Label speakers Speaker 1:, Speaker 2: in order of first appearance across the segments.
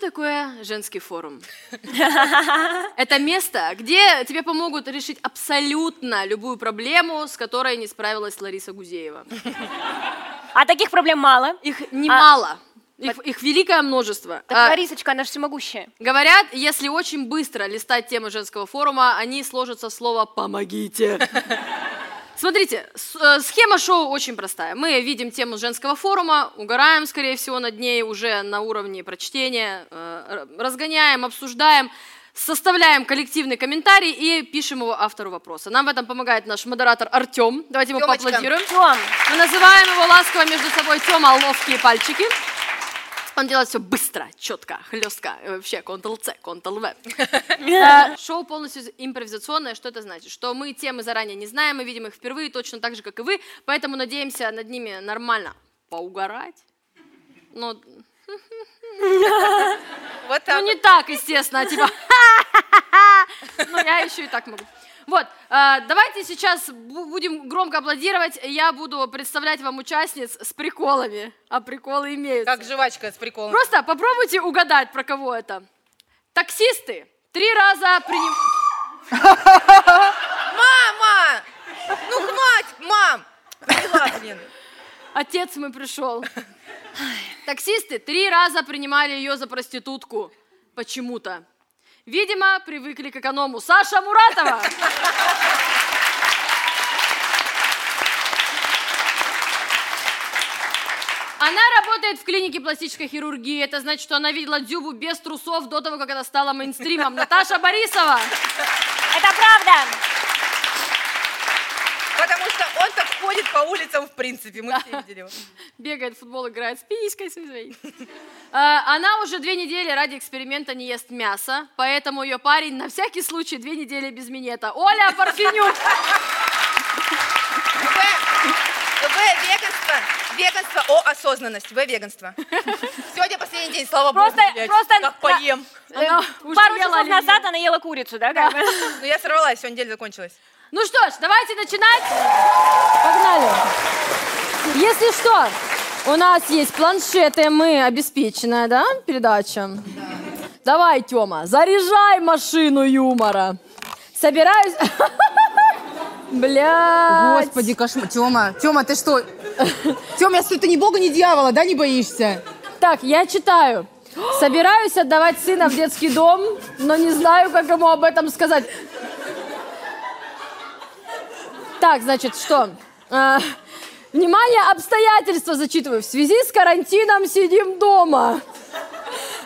Speaker 1: такое женский форум? Это место, где тебе помогут решить абсолютно любую проблему, с которой не справилась Лариса Гузеева.
Speaker 2: А таких проблем мало.
Speaker 1: Их немало. Их, их великое множество.
Speaker 2: Так
Speaker 1: А,
Speaker 2: Ларисочка, она же всемогущая.
Speaker 1: говорят, если очень быстро листать темы женского форума, они сложатся в слово «помогите». Смотрите, с- э, схема шоу очень простая. Мы видим тему женского форума, угораем, скорее всего, над ней уже на уровне прочтения, э, р- разгоняем, обсуждаем, составляем коллективный комментарий и пишем его автору вопроса. Нам в этом помогает наш модератор Артем. Давайте ему
Speaker 3: Тёмочка.
Speaker 1: поаплодируем.
Speaker 2: Тём,
Speaker 1: Мы называем его ласково между собой Тёма ловкие пальчики. Он делает все быстро, четко, хлестко. Вообще, Ctrl-C, Ctrl-V. Э, Шоу полностью импровизационное. Что это значит? Что мы темы заранее не знаем, мы видим их впервые точно так же, как и вы, поэтому надеемся над ними нормально поугарать. Но,
Speaker 3: Вот
Speaker 1: ну
Speaker 3: так.
Speaker 1: не так, естественно, а типа «Ха-ха-ха-ха». Ну я еще и так могу. Вот, э, давайте сейчас бу- будем громко аплодировать. Я буду представлять вам участниц с приколами. А приколы имеются.
Speaker 3: Как жвачка с приколом.
Speaker 1: Просто попробуйте угадать, про кого это. Таксисты три раза приним...
Speaker 3: Мама! Ну хватит, мам! Поняла, блин.
Speaker 1: Отец мой пришел. Таксисты три раза принимали ее за проститутку. Почему-то. Видимо, привыкли к эконому. Саша Муратова! Она работает в клинике пластической хирургии. Это значит, что она видела Дзюбу без трусов до того, как это стало мейнстримом. Наташа Борисова!
Speaker 2: это правда.
Speaker 3: Потому что он так ходит по улицам, в принципе, мы все видели его.
Speaker 1: бегает в футбол, играет с писькой своей. А, Она уже две недели ради эксперимента не ест мясо, поэтому ее парень на всякий случай две недели без минета. Оля Парфенюк!
Speaker 3: В, В веганство, веганство, о, осознанность, В веганство. Сегодня последний день, слава
Speaker 2: Просто-
Speaker 3: богу, блядь,
Speaker 2: просто на-
Speaker 3: так поем.
Speaker 1: Она
Speaker 2: Э,
Speaker 1: уже
Speaker 2: Пару
Speaker 1: ела
Speaker 2: часов
Speaker 1: оливье.
Speaker 2: назад она ела курицу, да? как бы?
Speaker 3: Ну я сорвалась, все, неделя закончилась.
Speaker 1: Ну что ж, давайте начинать.
Speaker 4: Погнали. Если что, у нас есть планшеты, мы обеспеченная, да, передача? Давай, Тёма, заряжай машину юмора. Собираюсь... Бля.
Speaker 5: Господи, кошмар. Тёма, Тёма, ты что? Тёма, если ты ни бога, ни дьявола, да, не боишься?
Speaker 4: Так, я читаю. Собираюсь отдавать сына в детский дом, но не знаю, как ему об этом сказать. Так, значит, что? А, внимание, обстоятельства зачитываю. В связи с карантином сидим дома.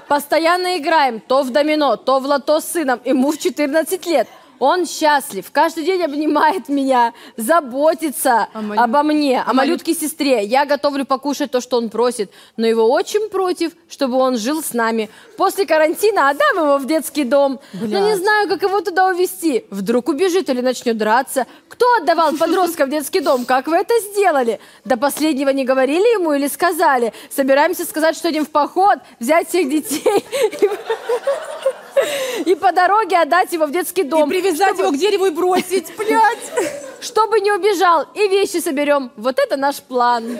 Speaker 4: Постоянно играем то в домино, то в лото с сыном. Ему в 14 лет. Он счастлив, каждый день обнимает меня, заботится
Speaker 5: А малют-
Speaker 4: обо мне, о малютке сестре. Я готовлю покушать то, что он просит, но его очень против, чтобы он жил с нами. После карантина отдам его в детский дом. Но не
Speaker 5: Блядь.
Speaker 4: знаю, как его туда увезти. Вдруг убежит или начнет драться. Кто отдавал подростка в детский дом? Как вы это сделали? До последнего не говорили ему или сказали? Собираемся сказать, что идем в поход, взять всех детей и по дороге отдать его в детский дом.
Speaker 5: Привязать его к дереву и бросить, блядь.
Speaker 4: Чтобы не убежал, и вещи соберем. Вот это наш план.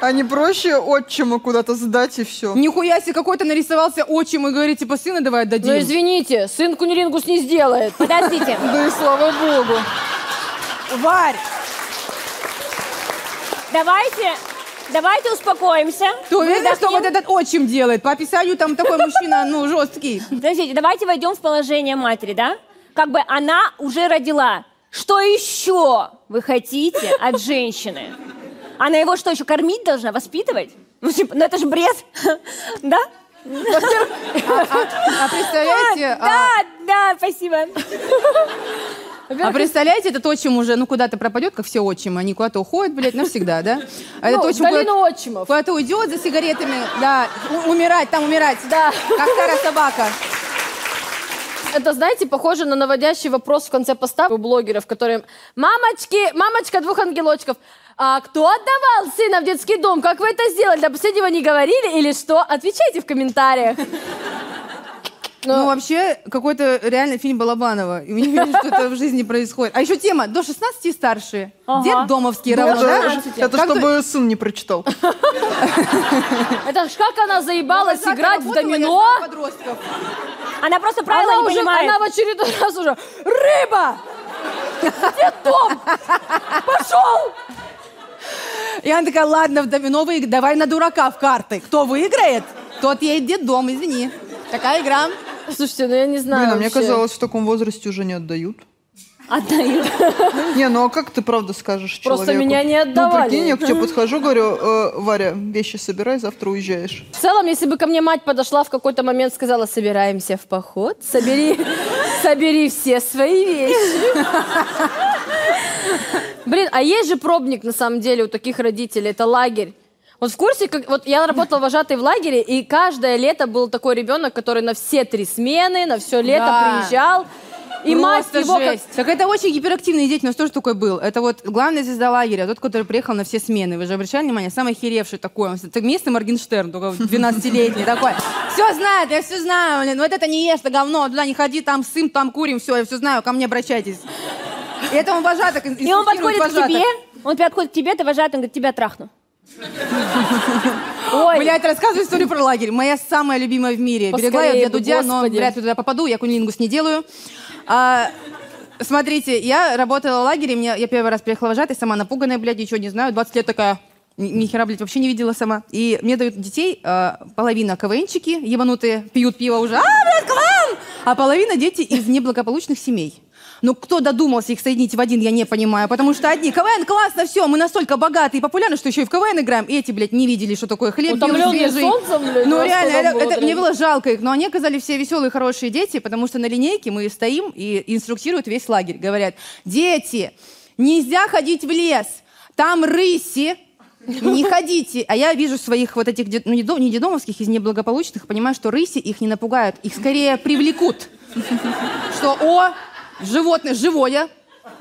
Speaker 6: А не проще отчима куда-то сдать и
Speaker 4: Ну,
Speaker 6: все?
Speaker 5: Нихуя себе, какой-то нарисовался отчим и говорит, типа, сына давай
Speaker 4: Но
Speaker 5: отдадим.
Speaker 4: Ну, извините, сын кунилингус не сделает.
Speaker 2: Подождите.
Speaker 6: Да и слава богу.
Speaker 5: Варь,
Speaker 2: Давайте, давайте успокоимся.
Speaker 5: ты уверена, что
Speaker 2: Выдохнем.
Speaker 5: вот этот отчим делает? По описанию там такой мужчина, ну, жесткий.
Speaker 2: Подождите, давайте войдем в положение матери, да? Как бы она уже родила. Что еще вы хотите от женщины? Она его что, еще кормить должна, воспитывать? Ну, типа, ну это же бред, да?
Speaker 5: А представляете, а,
Speaker 2: Да, да, спасибо.
Speaker 5: а представляете, этот отчим уже, ну, куда-то пропадет, как все отчимы. Они куда-то уходят, блядь, навсегда, да? А этот
Speaker 4: Ну, в
Speaker 5: отчим куда-
Speaker 4: долину отчимов.
Speaker 5: куда-то уйдет за сигаретами, да, у- умирать, там умирать.
Speaker 4: Да.
Speaker 5: Как старая собака.
Speaker 4: Это, знаете, похоже на наводящий вопрос в конце поста у блогеров, которые «Мамочки, мамочка двух ангелочков, а кто отдавал сына в детский дом? Как вы это сделали? До последнего не говорили или что? Отвечайте в комментариях». Ну,
Speaker 5: Ну, вообще, какой-то реально фильм Балабанова. И вы не видели, что это в жизни происходит. А еще тема. До 16 и старше.
Speaker 2: Ага.
Speaker 5: Дед Домовский
Speaker 6: Это,
Speaker 5: равно, да?
Speaker 6: это
Speaker 5: Как
Speaker 6: чтобы сын не прочитал.
Speaker 4: Это ж как она заебалась
Speaker 2: Ну,
Speaker 5: Завтра
Speaker 4: играть в
Speaker 5: работала, я
Speaker 4: домино?
Speaker 5: знаю подростков.
Speaker 2: Она просто правила
Speaker 4: Она
Speaker 2: не
Speaker 4: уже,
Speaker 2: понимает.
Speaker 4: она в очередной раз уже, рыба! Где Том? Пошел!
Speaker 5: И она такая, ладно, в домино выиграй, давай на дурака в карты. Кто выиграет, тот едет в детдом, извини. Такая игра.
Speaker 4: Слушайте, ну я не знаю
Speaker 6: Блин, а мне
Speaker 4: вообще.
Speaker 6: казалось, в таком возрасте уже не отдают.
Speaker 2: Отдают.
Speaker 6: Не, ну а как ты правда скажешь
Speaker 4: Просто
Speaker 6: человеку?
Speaker 4: меня не
Speaker 6: Ну,
Speaker 4: отдавали.
Speaker 6: прикинь, я к тебе подхожу, говорю, «Э, Варя, вещи собирай, завтра уезжаешь.
Speaker 4: В целом, если бы ко мне мать подошла в какой-то момент, сказала, собираемся в поход, собери, собери все свои вещи. Блин, а есть же пробник, на самом деле, у таких родителей, это лагерь. Вот в курсе, как, вот я работала вожатой в лагере, и каждое лето был такой ребенок, который на все три смены, на все лето
Speaker 5: Да.
Speaker 4: приезжал. И мать
Speaker 5: Просто
Speaker 4: его как
Speaker 5: жесть. Так это очень гиперактивные дети, у нас тоже такой был. Это вот главная звезда лагеря, тот, который приехал на все смены. Вы же обращали внимание, самый херевший такой. Он, это местный Моргенштерн, только 12-летний такой. Все знает, я все знаю, блин, вот это не ешь, это говно, туда не ходи, там сым, там курим, все, я все знаю, ко мне обращайтесь. И это он вожаток.
Speaker 2: И он подходит к тебе, он подходит к тебе, ты вожатый, он говорит, тебя трахну.
Speaker 5: Ой. Блядь, рассказываю историю про лагерь. Моя самая любимая в мире.
Speaker 4: Поскорее
Speaker 5: Берегла ее для
Speaker 4: бы,
Speaker 5: Дудя, но
Speaker 4: господи.
Speaker 5: вряд ли туда попаду, я кунилингус не делаю. А, смотрите, я работала в лагере, мне, я первый раз приехала вожатой, сама напуганная, блядь, ничего не знаю, 20 лет такая... Ни ни хера, блядь, вообще не видела сама. И мне дают детей, а, половина КВНчики, ебанутые, пьют пиво уже. А, блядь, клан! А половина дети из неблагополучных семей. Ну, кто додумался их соединить в один, я не понимаю. Потому что одни, КВН, классно, все, мы настолько богаты и популярны, что еще и в КВН играем. И эти, блядь, не видели, что такое хлеб белый,
Speaker 4: Утомленные
Speaker 5: свежий.
Speaker 4: солнцем, блядь,
Speaker 5: Ну,
Speaker 4: просто
Speaker 5: реально,
Speaker 4: там
Speaker 5: это-
Speaker 4: было
Speaker 5: это мне
Speaker 4: дрянь.
Speaker 5: было жалко их, но они оказались все веселые, хорошие дети, потому что на линейке мы стоим и инструктируют весь лагерь. Говорят, дети, нельзя ходить в лес, там рыси, не ходите. А я вижу своих вот этих, дед- ну, не до- не дедомовских, из неблагополучных, понимаю, что рыси их не напугают, их скорее привлекут. Что, о, животное живое,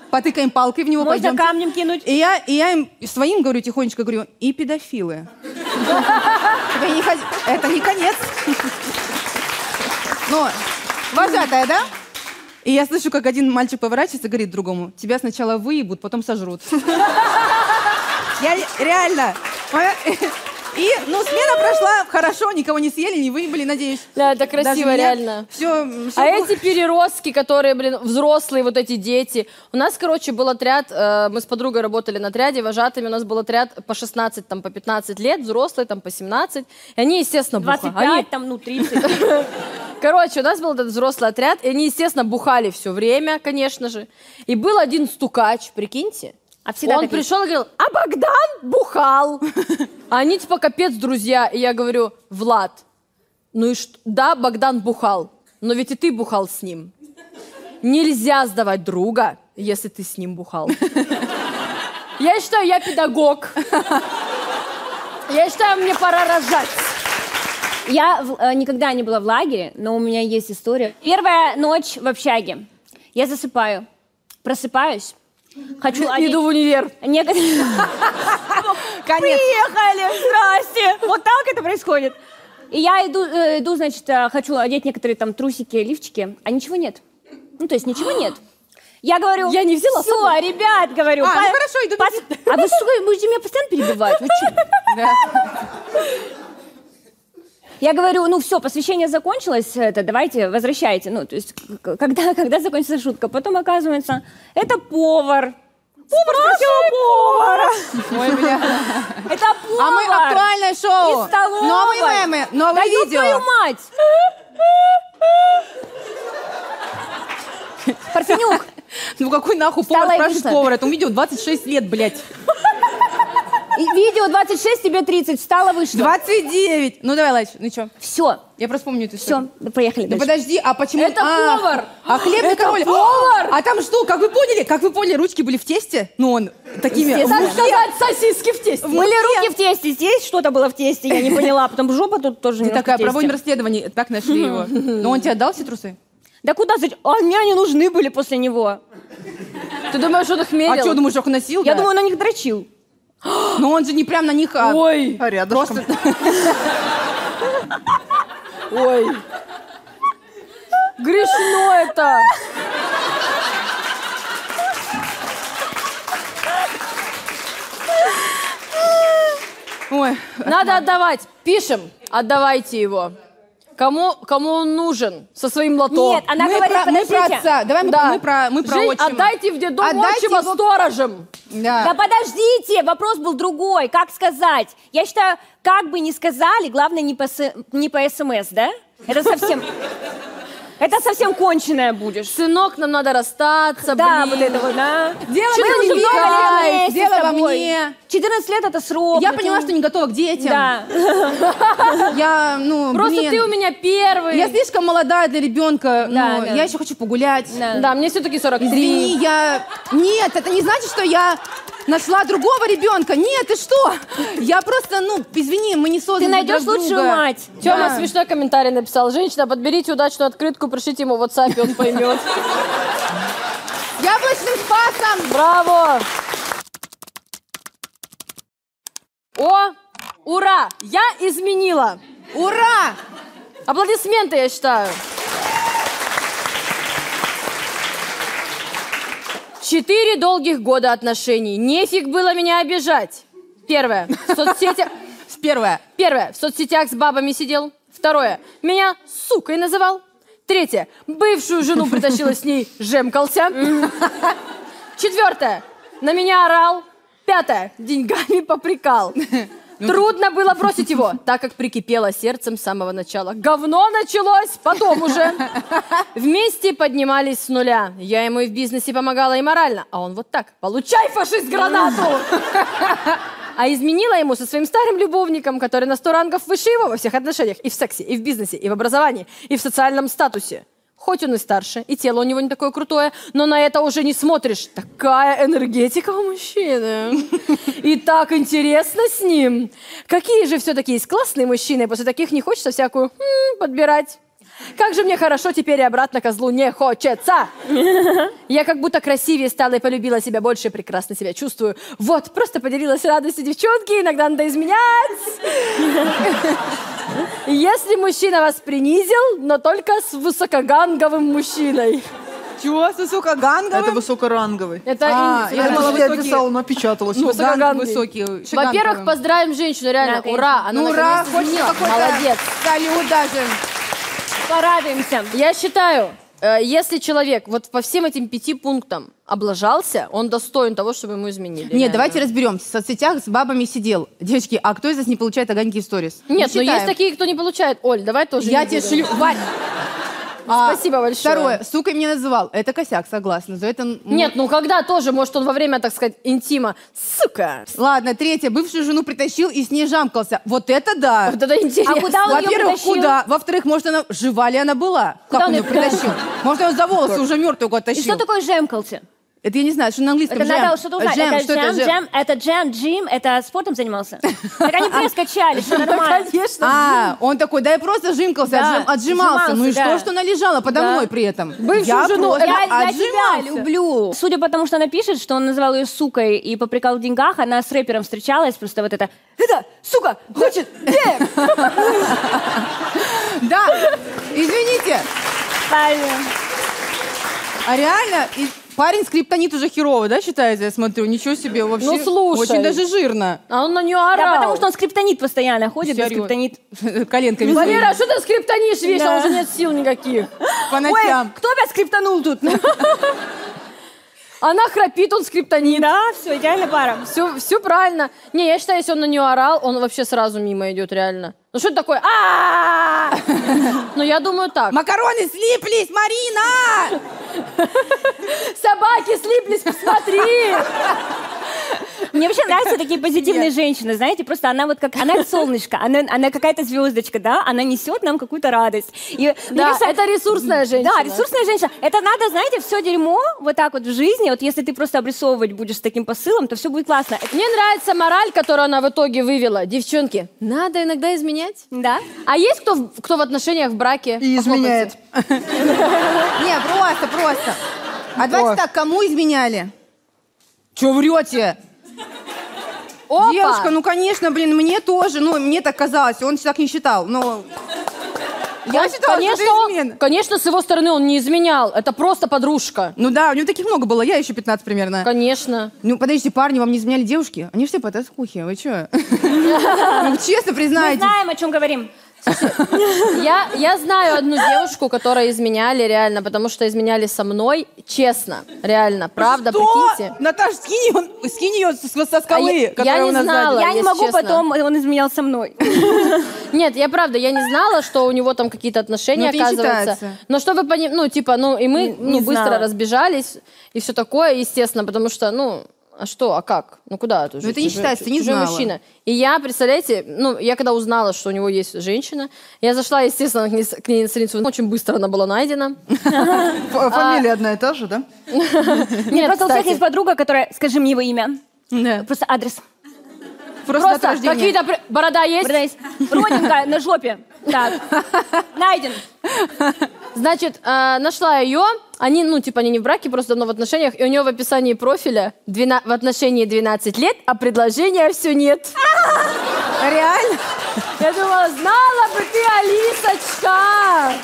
Speaker 5: потыкаем палкой в него,
Speaker 2: Можно
Speaker 5: пойдёмте».
Speaker 2: камнем кинуть.
Speaker 5: И я, и я им своим говорю тихонечко, говорю, и педофилы. Так я не ходи- Это не конец. Ну, вожатая, да? И я слышу, как один мальчик поворачивается и говорит другому, тебя сначала выебут, потом сожрут. Я не- реально. Моя- И, ну, смена прошла хорошо, никого не съели, не выебали, надеюсь.
Speaker 4: Да, это красиво, реально.
Speaker 5: Все,
Speaker 4: А эти переростки, которые, блин, взрослые вот эти дети. У нас, короче, был отряд, э, мы с подругой работали на отряде, вожатыми у нас был отряд по 16, там, по 15 лет, взрослые, там, по 17. И они, естественно, бухали.
Speaker 2: 25, там, ну, 30.
Speaker 4: Короче, у нас был этот взрослый отряд, и они, естественно, бухали все время, конечно же. И был один стукач, прикиньте.
Speaker 2: А всегда
Speaker 4: Он
Speaker 2: так есть.
Speaker 4: пришел и говорил, а Богдан бухал. А они типа капец, друзья. И я говорю, Влад, ну и что? Да, Богдан бухал, но ведь и ты бухал с ним. Нельзя сдавать друга, если ты с ним бухал. Я считаю, я педагог. Я считаю, мне пора рожать.
Speaker 2: Я в- э, никогда не была в лагере, но у меня есть история. Первая ночь в общаге. Я засыпаю, просыпаюсь, хочу... одеть-
Speaker 4: Иду в универ.
Speaker 2: Некоторые... Приехали, здрасте. Вот так это происходит. И я иду, э, иду, значит, э, хочу одеть некоторые там трусики, лифчики, а ничего нет. Ну, то есть ничего нет. Я говорю,
Speaker 4: Я не взяла с
Speaker 2: все, ребят, говорю.
Speaker 5: А, ну
Speaker 2: по-
Speaker 5: хорошо, иду
Speaker 2: пос- А вы, сука, будете меня постоянно перебивать? Вы чё? Я говорю, ну все, посвящение закончилось, э, это давайте возвращайте. Ну, то есть, к- к- когда, когда закончится шутка? Потом оказывается, это повар. Повар спросил повара.
Speaker 5: Ой, бля.
Speaker 2: Это повар.
Speaker 5: А мы актуальное шоу.
Speaker 2: Из столовой.
Speaker 5: Новые мемы, новые
Speaker 2: Да
Speaker 4: Ну,
Speaker 2: ёб
Speaker 5: видео.
Speaker 2: твою мать! Парфенюк,
Speaker 5: Ну какой нахуй
Speaker 2: Встала
Speaker 5: повар
Speaker 2: и
Speaker 5: спрашивает
Speaker 2: вышла.
Speaker 5: повара? Этому видео 26 лет, блядь.
Speaker 2: и- видео 26, тебе 30, встала, вышла.
Speaker 5: 29. Ну давай, Лач, ну чё?
Speaker 2: Все,
Speaker 5: Я просто помню эту историю.
Speaker 2: все, поехали
Speaker 5: Ну
Speaker 2: дальше.
Speaker 5: подожди, а почему...
Speaker 4: Это
Speaker 5: а,
Speaker 4: повар!
Speaker 5: А хлебный
Speaker 4: Это
Speaker 5: король!
Speaker 4: повар!
Speaker 5: А там что, как вы поняли? Как вы поняли, ручки были в тесте? Ну он такими...
Speaker 4: Так сказать, сосиски в тесте.
Speaker 2: Были руки в тесте, здесь что-то было в тесте, я не поняла, потом жопа тут тоже
Speaker 5: Ты
Speaker 2: немножко
Speaker 5: такая,
Speaker 2: в тесте.
Speaker 5: проводим расследование. Так нашли его. Но он тебе отдал все трусы?
Speaker 2: Да куда, зачем? А мне они нужны были после него.
Speaker 4: Ты думаешь, он их мерил?
Speaker 5: А что, думаешь, их носил?
Speaker 2: Я
Speaker 5: да?
Speaker 2: думаю, на них дрочил.
Speaker 5: Но он же не прям на них... а,
Speaker 4: Ой,
Speaker 6: А рядышком.
Speaker 4: ой. Грешно это.
Speaker 5: Ой,
Speaker 4: Надо отдавать. Пишем, отдавайте его. Кому, кому он нужен со своим лотом?
Speaker 2: Нет, она
Speaker 5: мы
Speaker 2: говорит,
Speaker 5: про, мы про
Speaker 2: подождите.
Speaker 5: отца. Давай мы- мы, про, мы про
Speaker 4: Жень,
Speaker 5: отчима.
Speaker 4: отдайте в детдом
Speaker 5: Отдайте
Speaker 4: отчима
Speaker 5: его-
Speaker 4: сторожем.
Speaker 5: Да.
Speaker 2: Да подождите, вопрос был другой. Как сказать? Я считаю, как бы ни сказали, главное не по, с- не по смс, да? Это совсем... Это совсем конченая будешь.
Speaker 4: Сынок, нам надо расстаться,
Speaker 2: Да,
Speaker 4: блин.
Speaker 2: вот это вот, да.
Speaker 5: Дело
Speaker 2: Мы
Speaker 5: во
Speaker 2: уже
Speaker 5: мне,
Speaker 2: много лет
Speaker 5: Кать,
Speaker 2: вместе
Speaker 5: дело
Speaker 2: с
Speaker 5: во
Speaker 2: тобой.
Speaker 5: мне.
Speaker 2: 14 лет это срок.
Speaker 5: Я
Speaker 2: ну,
Speaker 5: поняла,
Speaker 2: ты-
Speaker 5: что не готова к детям.
Speaker 2: Да.
Speaker 5: Я, ну,
Speaker 4: Просто
Speaker 5: блин.
Speaker 4: ты у меня первый.
Speaker 5: Я слишком молодая для ребенка.
Speaker 2: Да,
Speaker 5: ну,
Speaker 2: да.
Speaker 5: Я еще хочу погулять.
Speaker 4: Да, мне все-таки 43.
Speaker 5: Извини, я... Нет, это не значит, что я нашла другого ребенка. Нет, ты что? Я просто, ну, извини, мы не
Speaker 2: Ты
Speaker 5: созданы друг
Speaker 2: найдешь
Speaker 5: для
Speaker 2: лучшую
Speaker 5: друга.
Speaker 2: мать.
Speaker 4: Тёма
Speaker 5: Да.
Speaker 4: смешной комментарий написал. Женщина, подберите удачную открытку, пришлите ему в WhatsApp, и он поймет.
Speaker 5: Яблочным спасом!
Speaker 4: Браво! О, ура! Я изменила.
Speaker 5: Ура!
Speaker 4: Аплодисменты, я считаю. Четыре долгих года отношений. Нефиг было меня обижать. Первое. В соцсетях...
Speaker 5: Первое.
Speaker 4: Первое. В соцсетях с бабами сидел. Второе. Меня сукой называл. Третье. Бывшую жену притащила с ней жемкался. Четвертое. На меня орал. Пятое. Деньгами попрекал. Трудно было бросить его, так как прикипело сердцем с самого начала. Говно началось, потом уже. Вместе поднимались с нуля. Я ему и в бизнесе помогала, и морально. А он вот так. Получай, фашист, гранату! А изменила ему со своим старым любовником, который на сто рангов выше его во всех отношениях. И в сексе, и в бизнесе, и в образовании, и в социальном статусе. Хоть он и старше, и тело у него не такое крутое, но на это уже не смотришь. Такая энергетика у мужчины. И так интересно с ним. Какие же все-таки есть классные мужчины, после таких не хочется всякую «м, подбирать. Как же мне хорошо теперь и обратно козлу не хочется. Я как будто красивее стала и полюбила себя больше, прекрасно себя чувствую. Вот, просто поделилась радостью девчонки, иногда надо изменять. Если мужчина вас принизил, но только с высокоганговым мужчиной.
Speaker 6: Чего, сысука ганговым? Это высокоранговый.
Speaker 4: Это
Speaker 5: А,
Speaker 4: и-
Speaker 5: я
Speaker 6: Это
Speaker 5: думала,
Speaker 6: что я
Speaker 5: высокий.
Speaker 6: писала, напечаталась.
Speaker 5: Ну,
Speaker 4: Высокоганг
Speaker 5: ганг
Speaker 4: был.
Speaker 5: высокий.
Speaker 4: Во-первых, поздравим женщину, реально,
Speaker 2: Да, конечно.
Speaker 4: ура, она
Speaker 5: Ну, ура,
Speaker 4: наконец-то
Speaker 5: хочется
Speaker 4: изменила.
Speaker 5: какой-то
Speaker 4: Молодец.
Speaker 5: салют даже.
Speaker 2: Порадуемся.
Speaker 4: Я считаю, э, если человек вот по всем этим пяти пунктам облажался, он достоин того, чтобы ему изменили.
Speaker 5: Нет,
Speaker 4: реально.
Speaker 5: давайте разберемся. В соцсетях с бабами сидел. Девочки, а кто из нас не получает огоньки в сторис?
Speaker 4: Нет, но
Speaker 5: Считаем.
Speaker 4: есть такие, кто не получает. Оль, давай тоже.
Speaker 5: Я
Speaker 4: не
Speaker 5: тебе
Speaker 4: будем.
Speaker 5: шлю. Варь. А,
Speaker 4: Спасибо большое.
Speaker 5: Второе. Сукой меня называл. Это косяк, согласна. За это... м,
Speaker 4: Нет, ну когда тоже, может, он во время, так сказать, интима. Сука!
Speaker 5: Ладно, третье. Бывшую жену притащил и с ней жамкался. Вот это да.
Speaker 4: Вот это интересно.
Speaker 2: А куда он её
Speaker 5: Во-первых,
Speaker 2: притащил?
Speaker 5: куда? Во-вторых, может, она... Жива ли она была?
Speaker 2: Куда
Speaker 5: как
Speaker 2: он
Speaker 5: он ее
Speaker 2: её
Speaker 5: притащил? Может, он за волосы уже мертвую
Speaker 2: И
Speaker 5: оттащил?
Speaker 2: что такое жемкалти?
Speaker 5: Это я не знаю, что на английском
Speaker 2: Это
Speaker 5: джем.
Speaker 2: надо что-то узнать.
Speaker 5: Джем,
Speaker 2: это
Speaker 5: что
Speaker 2: джем,
Speaker 5: это джем?
Speaker 2: джем, это джем, Джим, это спортом занимался. Так они пресс качали, все нормально.
Speaker 4: Конечно.
Speaker 5: А, он такой, да я просто жимкался,
Speaker 2: Да,
Speaker 5: отжим- отжимался. Ну и
Speaker 2: отжимался, да.
Speaker 5: что, что она лежала подо
Speaker 2: Да.
Speaker 5: мной при этом?
Speaker 4: Бывшую
Speaker 5: я
Speaker 4: жену,
Speaker 5: просто
Speaker 2: Я, я тебя
Speaker 5: отжимался.
Speaker 2: люблю. Судя по тому, что она пишет, что он называл ее сукой и попрекал в деньгах, она с рэпером встречалась, просто вот это
Speaker 4: Это, сука, хочет денег.
Speaker 5: Да, извините. А реально, и- парень скриптонит уже херово, да, считается, я смотрю? Ничего себе, вообще.
Speaker 4: Ну, слушай.
Speaker 5: Очень даже жирно.
Speaker 4: А он на нее орал.
Speaker 2: Да, потому что он скриптонит постоянно ходит, да,
Speaker 5: Серьёзно.
Speaker 2: скриптонит.
Speaker 5: Коленками.
Speaker 4: Валера, а что ты скриптонишь вечно?
Speaker 2: Да.
Speaker 4: Уже нет сил никаких.
Speaker 5: по
Speaker 2: Ой,
Speaker 5: ночам.
Speaker 2: кто опять скриптонул тут?
Speaker 4: Она храпит, он скриптонит.
Speaker 2: Да, все, идеальная пара.
Speaker 4: Все, все правильно. Не, я считаю, если он на нее орал, он вообще сразу мимо идет, реально. Ну что это такое? а Ну я думаю так.
Speaker 5: Макароны слиплись, Марина!
Speaker 4: Собаки слиплись, посмотри!
Speaker 2: Мне вообще нравятся такие позитивные женщины, знаете, просто она вот как, она солнышко, она, она какая-то звездочка, да, она несет нам какую-то радость. И, мне
Speaker 4: Да,
Speaker 2: кажется,
Speaker 4: это ресурсная женщина.
Speaker 2: Да, ресурсная женщина. Это надо, знаете, все дерьмо вот так вот в жизни, вот если ты просто обрисовывать будешь с таким посылом, то все будет классно. Это-
Speaker 4: Мне нравится мораль, которую она в итоге вывела. Девчонки, надо иногда изменять.
Speaker 2: Да?
Speaker 4: А есть кто, в- кто в отношениях, в браке?
Speaker 6: И изменяет.
Speaker 5: Не, просто, просто. А давайте
Speaker 6: О.
Speaker 5: так, кому изменяли? Че врете?
Speaker 4: Опа!
Speaker 5: Девушка, ну конечно, блин, мне тоже, ну мне так казалось, он так не считал, но Я считала, что
Speaker 4: конечно,
Speaker 5: это
Speaker 4: он-
Speaker 5: измена.
Speaker 4: конечно, с его стороны он не изменял. Это просто подружка.
Speaker 5: Ну да, у него таких много было, я еще 15 примерно.
Speaker 4: Конечно.
Speaker 5: Ну, подождите, парни, вам не изменяли девушки? Они все потаскухи, вы че? Ну, честно
Speaker 2: Мы
Speaker 5: признайтесь.
Speaker 2: знаем, о чем говорим.
Speaker 4: Я, я знаю одну девушку, которой изменяли реально, потому что изменяли со мной. Честно. Реально. Правда, прикиньте.
Speaker 5: Наташ, скинь ее, скинь ее со, со
Speaker 4: А я-
Speaker 5: скалы,
Speaker 4: я
Speaker 5: которая
Speaker 4: не
Speaker 5: у нас
Speaker 4: знала.
Speaker 5: сзади.
Speaker 4: Ладно,
Speaker 2: Я не
Speaker 4: если
Speaker 2: могу
Speaker 4: честно.
Speaker 2: потом, он изменял со мной.
Speaker 4: Нет, я правда, я не знала, что у него там какие-то отношения,
Speaker 5: Ну, это не
Speaker 4: оказывается.
Speaker 5: считается.
Speaker 4: Но что вы понимаете, ну, типа, ну, и мы ну,
Speaker 2: не
Speaker 4: быстро
Speaker 2: знала.
Speaker 4: разбежались, и все такое, естественно, потому что, ну, а что, а как? Ну, куда это уже?
Speaker 5: это не
Speaker 4: Чужой-
Speaker 5: считается, ты не
Speaker 4: чужой
Speaker 5: знала.
Speaker 4: мужчина. И я, представляете, ну, я когда узнала, что у него есть женщина, я зашла, естественно, к ней, с- к ней на страницу, Ну, очень быстро она была найдена.
Speaker 6: Ф-
Speaker 4: а,
Speaker 6: Фамилия одна и та же, да?
Speaker 4: Нет,
Speaker 2: Просто у всех
Speaker 4: кстати,
Speaker 2: есть подруга, которая, скажи мне его имя.
Speaker 5: Да.
Speaker 2: Просто адрес.
Speaker 5: Просто от
Speaker 4: Просто
Speaker 5: рождения.
Speaker 4: какие-то... при- Борода есть?
Speaker 2: Борода есть. Родинка на жопе. Так. Найден.
Speaker 4: Значит, э, нашла ее. Они, ну, типа, они не в браке, просто давно в отношениях. И у нее в описании профиля двена- в отношении 12 лет, а предложения все нет.
Speaker 5: Реально?
Speaker 4: Я думала, знала бы ты, Алисочка!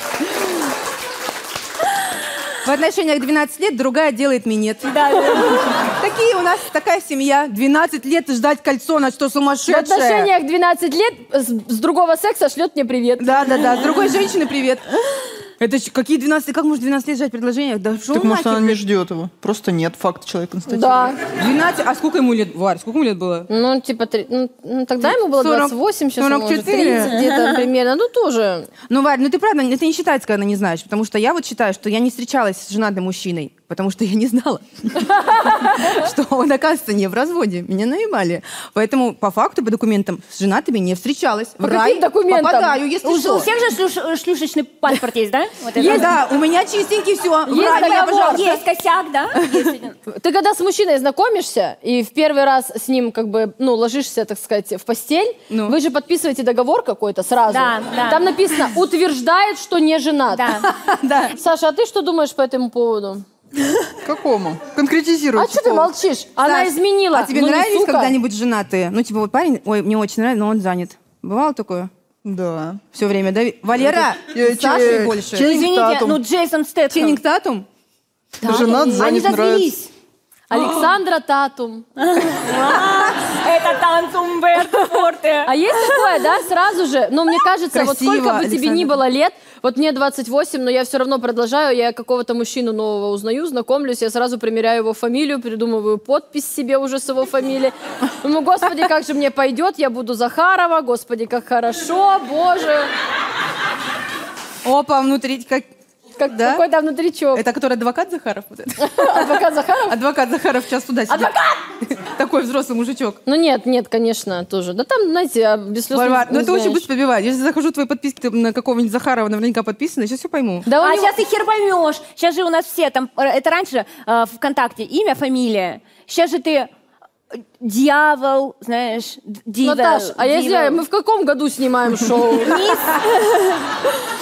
Speaker 5: В отношениях 12 лет другая делает минет.
Speaker 2: Да, да.
Speaker 5: Такие у нас такая семья. 12 лет ждать кольцо, на что
Speaker 4: В
Speaker 5: сумасшедшая.
Speaker 4: отношениях 12 лет с, с другого секса шлет мне привет.
Speaker 5: Да, да, да. С другой женщины привет. Это ж какие 12, как может 12 лет ждать предложение? Да шо
Speaker 6: Так
Speaker 5: вы
Speaker 6: может она
Speaker 5: нахер,
Speaker 6: не
Speaker 5: блядь.
Speaker 6: ждет его. Просто нет, факт человек констатирует.
Speaker 4: Да.
Speaker 5: 12, а сколько ему лет, Варь, сколько ему лет было?
Speaker 4: Ну, типа, три- ну, ну, тогда ему было
Speaker 5: 40,
Speaker 4: 28, сейчас ему уже
Speaker 5: 44.
Speaker 4: 30 где-то примерно. Ну, тоже.
Speaker 5: Ну, Варь, ну ты правда, это не считается, когда не знаешь. Потому что я вот считаю, что я не встречалась с женатым мужчиной, потому что я не знала, что он, оказывается, не в разводе. Меня наебали. Поэтому по факту, по документам, с женатыми не встречалась. В
Speaker 4: По
Speaker 5: рай
Speaker 4: каким документам?
Speaker 5: попадаю, если
Speaker 2: У у
Speaker 5: что.
Speaker 2: всех же шлюш- шлюшечный паспорт есть, да? Вот это.
Speaker 5: Есть, да, у меня чистенький все. В
Speaker 4: Есть
Speaker 5: рай меня,
Speaker 4: договор.
Speaker 5: пожалуйста.
Speaker 2: Есть косяк, да? Есть.
Speaker 4: Ты когда с мужчиной знакомишься и в первый раз с ним как бы, ну, ложишься, так сказать, в постель,
Speaker 5: Ну.
Speaker 4: вы же подписываете договор какой-то сразу.
Speaker 2: Да, да.
Speaker 4: Там написано «утверждает, что не женат».
Speaker 2: Да.
Speaker 5: Да.
Speaker 4: Саша, а ты что думаешь по этому поводу?
Speaker 6: Какому? Конкретизируй.
Speaker 4: А что ты
Speaker 6: типа.
Speaker 4: молчишь? Она
Speaker 5: Саш,
Speaker 4: изменила.
Speaker 5: А тебе
Speaker 4: Ну не
Speaker 5: нравились
Speaker 4: сука.
Speaker 5: когда-нибудь женатые? Ну, типа, вот парень, ой, мне очень нравится, но он занят. Бывало такое?
Speaker 6: Да.
Speaker 5: Все время, да? Валера,
Speaker 4: Ну,
Speaker 6: э,
Speaker 5: с Сашей
Speaker 6: че-
Speaker 5: больше.
Speaker 6: че-
Speaker 2: Извините,
Speaker 6: Татум.
Speaker 2: ну Джейсон Стэтхэм.
Speaker 5: Ченнинг Татум?
Speaker 6: Женат,
Speaker 2: Они
Speaker 6: занят, нравится.
Speaker 2: развелись.
Speaker 4: Александра Татум.
Speaker 2: Это танцум форте.
Speaker 4: А есть такое, да, сразу же? Но мне кажется, вот
Speaker 5: Красиво,
Speaker 4: сколько бы тебе ни
Speaker 5: Александра.
Speaker 4: было лет, вот мне 28, но я все равно продолжаю, я какого-то мужчину нового узнаю, знакомлюсь, я сразу примеряю его фамилию, придумываю подпись себе уже с его фамилией. Думаю, господи, как же мне пойдет, я буду Захарова, господи, как хорошо, боже.
Speaker 5: Опа, внутри, как...
Speaker 4: Как,
Speaker 5: Да?
Speaker 4: Какой-то внутричок.
Speaker 5: Это который адвокат Захаров? Вот этот?
Speaker 4: Адвокат Захаров?
Speaker 5: Адвокат Захаров сейчас туда сидит. Такой взрослый мужичок.
Speaker 4: Ну нет, нет, конечно, тоже. Да там, знаете, а без слез не-
Speaker 5: Варвар,
Speaker 4: не
Speaker 5: ну это очень
Speaker 4: узнаешь.
Speaker 5: быстро подбивает. Если захожу в твои подписки, ты на какого-нибудь Захарова наверняка подписана, сейчас все пойму.
Speaker 4: Да у
Speaker 2: а
Speaker 4: него-
Speaker 2: сейчас ты хер поймешь. Сейчас же у нас все там, э, это раньше э, ВКонтакте имя, фамилия. Сейчас же ты э, дьявол, знаешь, д- дива.
Speaker 4: Наташ, а я
Speaker 2: дива.
Speaker 4: знаю, мы в каком году снимаем шоу?
Speaker 2: Мисс,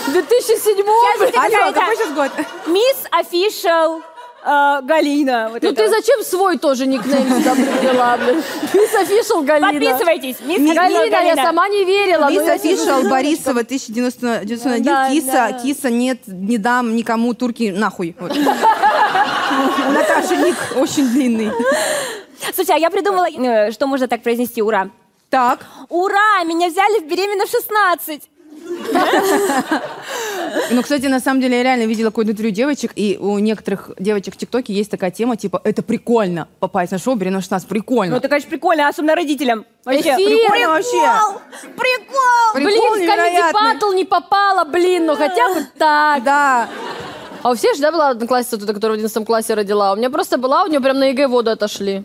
Speaker 4: 2007
Speaker 2: сейчас же ты
Speaker 5: Алло,
Speaker 2: какая-то
Speaker 5: какой сейчас год?
Speaker 2: мисс офишал э, Галина. Вот
Speaker 4: Ну
Speaker 2: это
Speaker 4: ты
Speaker 2: вот.
Speaker 4: зачем свой тоже никнейм сюда привела, блин? Мисс Official Галина.
Speaker 2: Подписывайтесь, мисс
Speaker 4: Галина,
Speaker 2: офишал
Speaker 4: я сама не верила.
Speaker 5: Мисс
Speaker 4: но я тебе-
Speaker 5: Офишал, Борисова, 1091,
Speaker 2: Да, да.
Speaker 5: киса, киса, нет, не дам никому, турки, нахуй. Вот. Наташа ник очень длинный.
Speaker 2: Слушай, а я придумала, э, что можно так произнести, ура.
Speaker 5: Так,
Speaker 2: Ура, меня взяли в беременна в 16.
Speaker 5: ну, кстати, на самом деле, я реально видела какое-то интервью девочек, и у некоторых девочек в ТикТоке есть такая тема, типа, это прикольно, попасть на шоу «Беременна в 16»,
Speaker 2: Ну
Speaker 5: прикольно.
Speaker 2: это, конечно, прикольно, особенно родителям. Вообще.
Speaker 4: Эфир
Speaker 5: прикольно вообще.
Speaker 2: Прикол! Прикол!
Speaker 4: Блин,
Speaker 5: Прикол
Speaker 4: в Comedy
Speaker 5: невероятный.
Speaker 4: Battle не попала, блин, ну хотя бы так.
Speaker 5: Да,
Speaker 4: А у всех же, да, была одноклассница, вот эта, которая в 11 классе родила? У меня просто была, у нее прям на ЕГЭ воду отошли.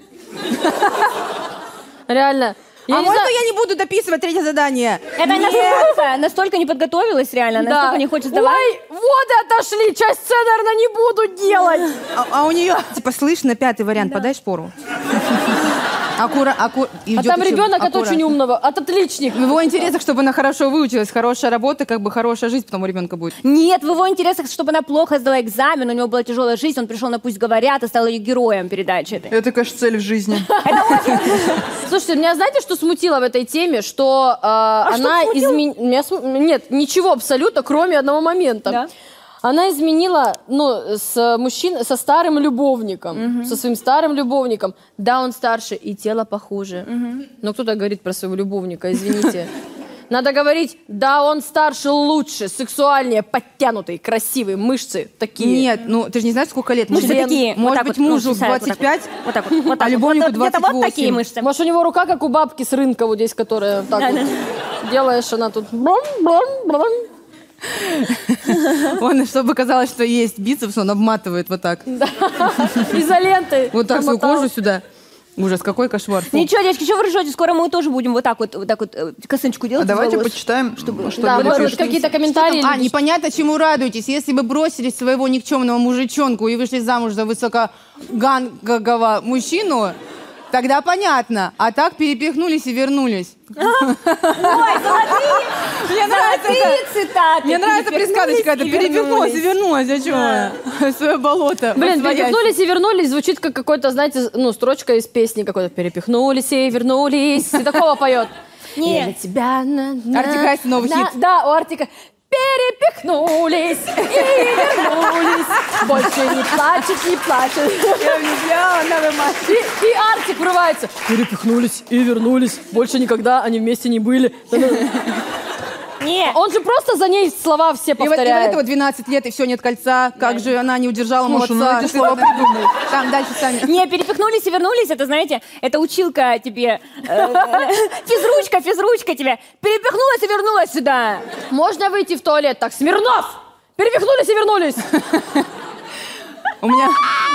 Speaker 4: Реально. Я
Speaker 5: а
Speaker 4: не
Speaker 5: можно
Speaker 4: знаю-
Speaker 5: я не буду дописывать третье задание?
Speaker 2: Это настолько, настолько не подготовилась реально,
Speaker 4: Да.
Speaker 2: настолько не хочет сдавать.
Speaker 4: Ой, воды отошли, часть С, наверное, не буду делать.
Speaker 5: А, а у нее, типа, слышно, пятый вариант, подай шпору. Аккура, акку-
Speaker 4: А
Speaker 5: идёт
Speaker 4: там
Speaker 5: учёба,
Speaker 4: ребенок от
Speaker 5: аккуратно.
Speaker 4: очень умного, от отличника.
Speaker 5: В его интересах, чтобы она хорошо выучилась, хорошая работа, как бы хорошая жизнь потом у ребенка будет.
Speaker 2: Нет, в его интересах, чтобы она плохо сдала экзамен, у него была тяжелая жизнь, он пришел на «Пусть говорят» и стал ее героем передачи этой.
Speaker 6: Это, конечно, цель в жизни.
Speaker 4: Слушайте, меня знаете, что смутило в этой теме? Что э, она изменила... Нет, ничего абсолютно, кроме одного момента.
Speaker 2: Да.
Speaker 4: Она изменила, ну, с мужчин, со старым любовником, со своим старым любовником. Да, он старше и тело похуже. Но кто-то говорит про своего любовника, извините. Надо говорить, да, он старше, лучше, сексуальнее, подтянутый, красивый, мышцы такие.
Speaker 5: Нет, ну ты же не знаешь, сколько лет.
Speaker 2: Мышцы
Speaker 5: Может,
Speaker 2: такие.
Speaker 5: Может
Speaker 2: вот так
Speaker 5: быть,
Speaker 2: вот, ну,
Speaker 5: мужу
Speaker 2: свисают вот так
Speaker 5: 25,
Speaker 2: вот. Вот так вот. вот так
Speaker 5: а
Speaker 2: вот.
Speaker 5: любовнику
Speaker 2: Вот где-то Вот
Speaker 5: 28.
Speaker 2: такие мышцы.
Speaker 4: Может, у него рука, как у бабки с рынка вот здесь, которая так вот делаешь, она тут... бром-бром-бром.
Speaker 5: он, чтобы казалось, что есть бицепс, он обматывает вот так.
Speaker 4: изолентой.
Speaker 5: Вот так свою
Speaker 4: промотала.
Speaker 5: кожу сюда. Ужас, какой кошмар. Фу.
Speaker 2: Ничего, девочки, что вы ржете? Скоро мы тоже будем вот так вот, вот так вот э, косыночку
Speaker 6: А
Speaker 2: делать. из
Speaker 6: давайте
Speaker 2: волос.
Speaker 6: почитаем, что
Speaker 4: Да,
Speaker 6: было
Speaker 4: может быть,
Speaker 6: пишут.
Speaker 4: какие-то комментарии.
Speaker 5: А, непонятно, чему радуетесь. Если бы бросили своего никчемного мужичонку и вышли замуж за высокогангового мужчину, тогда понятно. А так перепихнулись и вернулись. Мне
Speaker 2: Золотые цитаты.
Speaker 5: Мне нравится присказочка, это перепихнулась и вернулась. А чё? Свое болото.
Speaker 4: Блин,
Speaker 5: Отвоясь.
Speaker 4: перепихнулись и вернулись, звучит как какой-то, знаете, ну, строчка из песни какой-то. Перепихнулись и вернулись. И такого поет.
Speaker 2: Нет.
Speaker 4: Я тебя на- на-
Speaker 5: Артик Асти новый
Speaker 4: на-
Speaker 5: хит.
Speaker 4: Да, у Артика. Перепихнулись и вернулись. Больше не плачет, не плачет.
Speaker 5: Я влюблена в Эмма.
Speaker 4: И, и Артик врывается. Перепихнулись и вернулись. Больше никогда они вместе не были.
Speaker 2: Нет.
Speaker 4: Он же просто за ней слова все
Speaker 5: И вот и вот
Speaker 4: повторяет.
Speaker 5: это вот 12 лет, и все, нет кольца. Как же она не удержала
Speaker 6: Слушай, ну
Speaker 5: молодца.
Speaker 6: эти слова придумал.
Speaker 5: Там дальше сами.
Speaker 2: Не, перепихнулись и вернулись, это, знаете, это училка тебе. э, Физручка, физручка тебе. Перепихнулась и вернулась сюда.
Speaker 4: Можно выйти в туалет так, Смирнов! Перепихнулись и вернулись.
Speaker 5: У меня,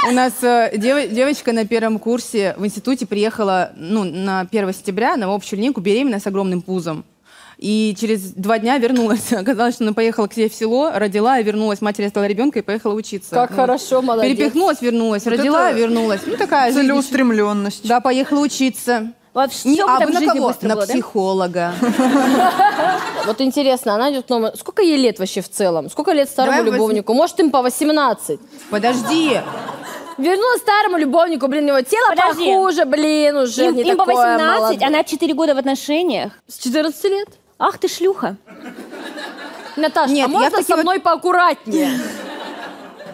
Speaker 5: у нас э, дева- девочка на первом курсе в институте приехала, ну, на 1 сентября на общую линейку беременная с огромным пузом. И через два дня вернулась. Оказалось, что она поехала к себе в село, родила и вернулась. Матери оставила ребенка и поехала учиться. Ну,
Speaker 4: Как хорошо, молодец.
Speaker 5: Перепихнулась, вернулась, родила,
Speaker 6: это
Speaker 5: вернулась. Ну, такая жизнь.
Speaker 6: Целеустремленность.
Speaker 5: Да, поехала учиться.
Speaker 2: Вот
Speaker 5: Не-
Speaker 2: всё бы
Speaker 5: а
Speaker 2: так
Speaker 5: вы
Speaker 2: в
Speaker 5: на
Speaker 2: жизни
Speaker 5: кого?
Speaker 2: быстро
Speaker 5: На
Speaker 2: было, да?
Speaker 5: психолога.
Speaker 4: Вот интересно, она идет к новому... Сколько ей лет вообще в целом? Сколько лет старому
Speaker 5: Давай
Speaker 4: любовнику? Может, им по 18?
Speaker 5: Подожди.
Speaker 4: Вернулась старому любовнику, блин, у него тело
Speaker 2: Подожди.
Speaker 4: похуже, блин, уже
Speaker 2: Им,
Speaker 4: не
Speaker 2: им по
Speaker 4: такое
Speaker 2: 18,
Speaker 4: молодое.
Speaker 2: она 4 года в отношениях.
Speaker 4: С 14 лет?
Speaker 2: Ах ты шлюха.
Speaker 4: Наташа,
Speaker 5: Нет,
Speaker 4: а
Speaker 5: я
Speaker 4: можно
Speaker 5: такие
Speaker 4: со
Speaker 5: вот-
Speaker 4: мной поаккуратнее?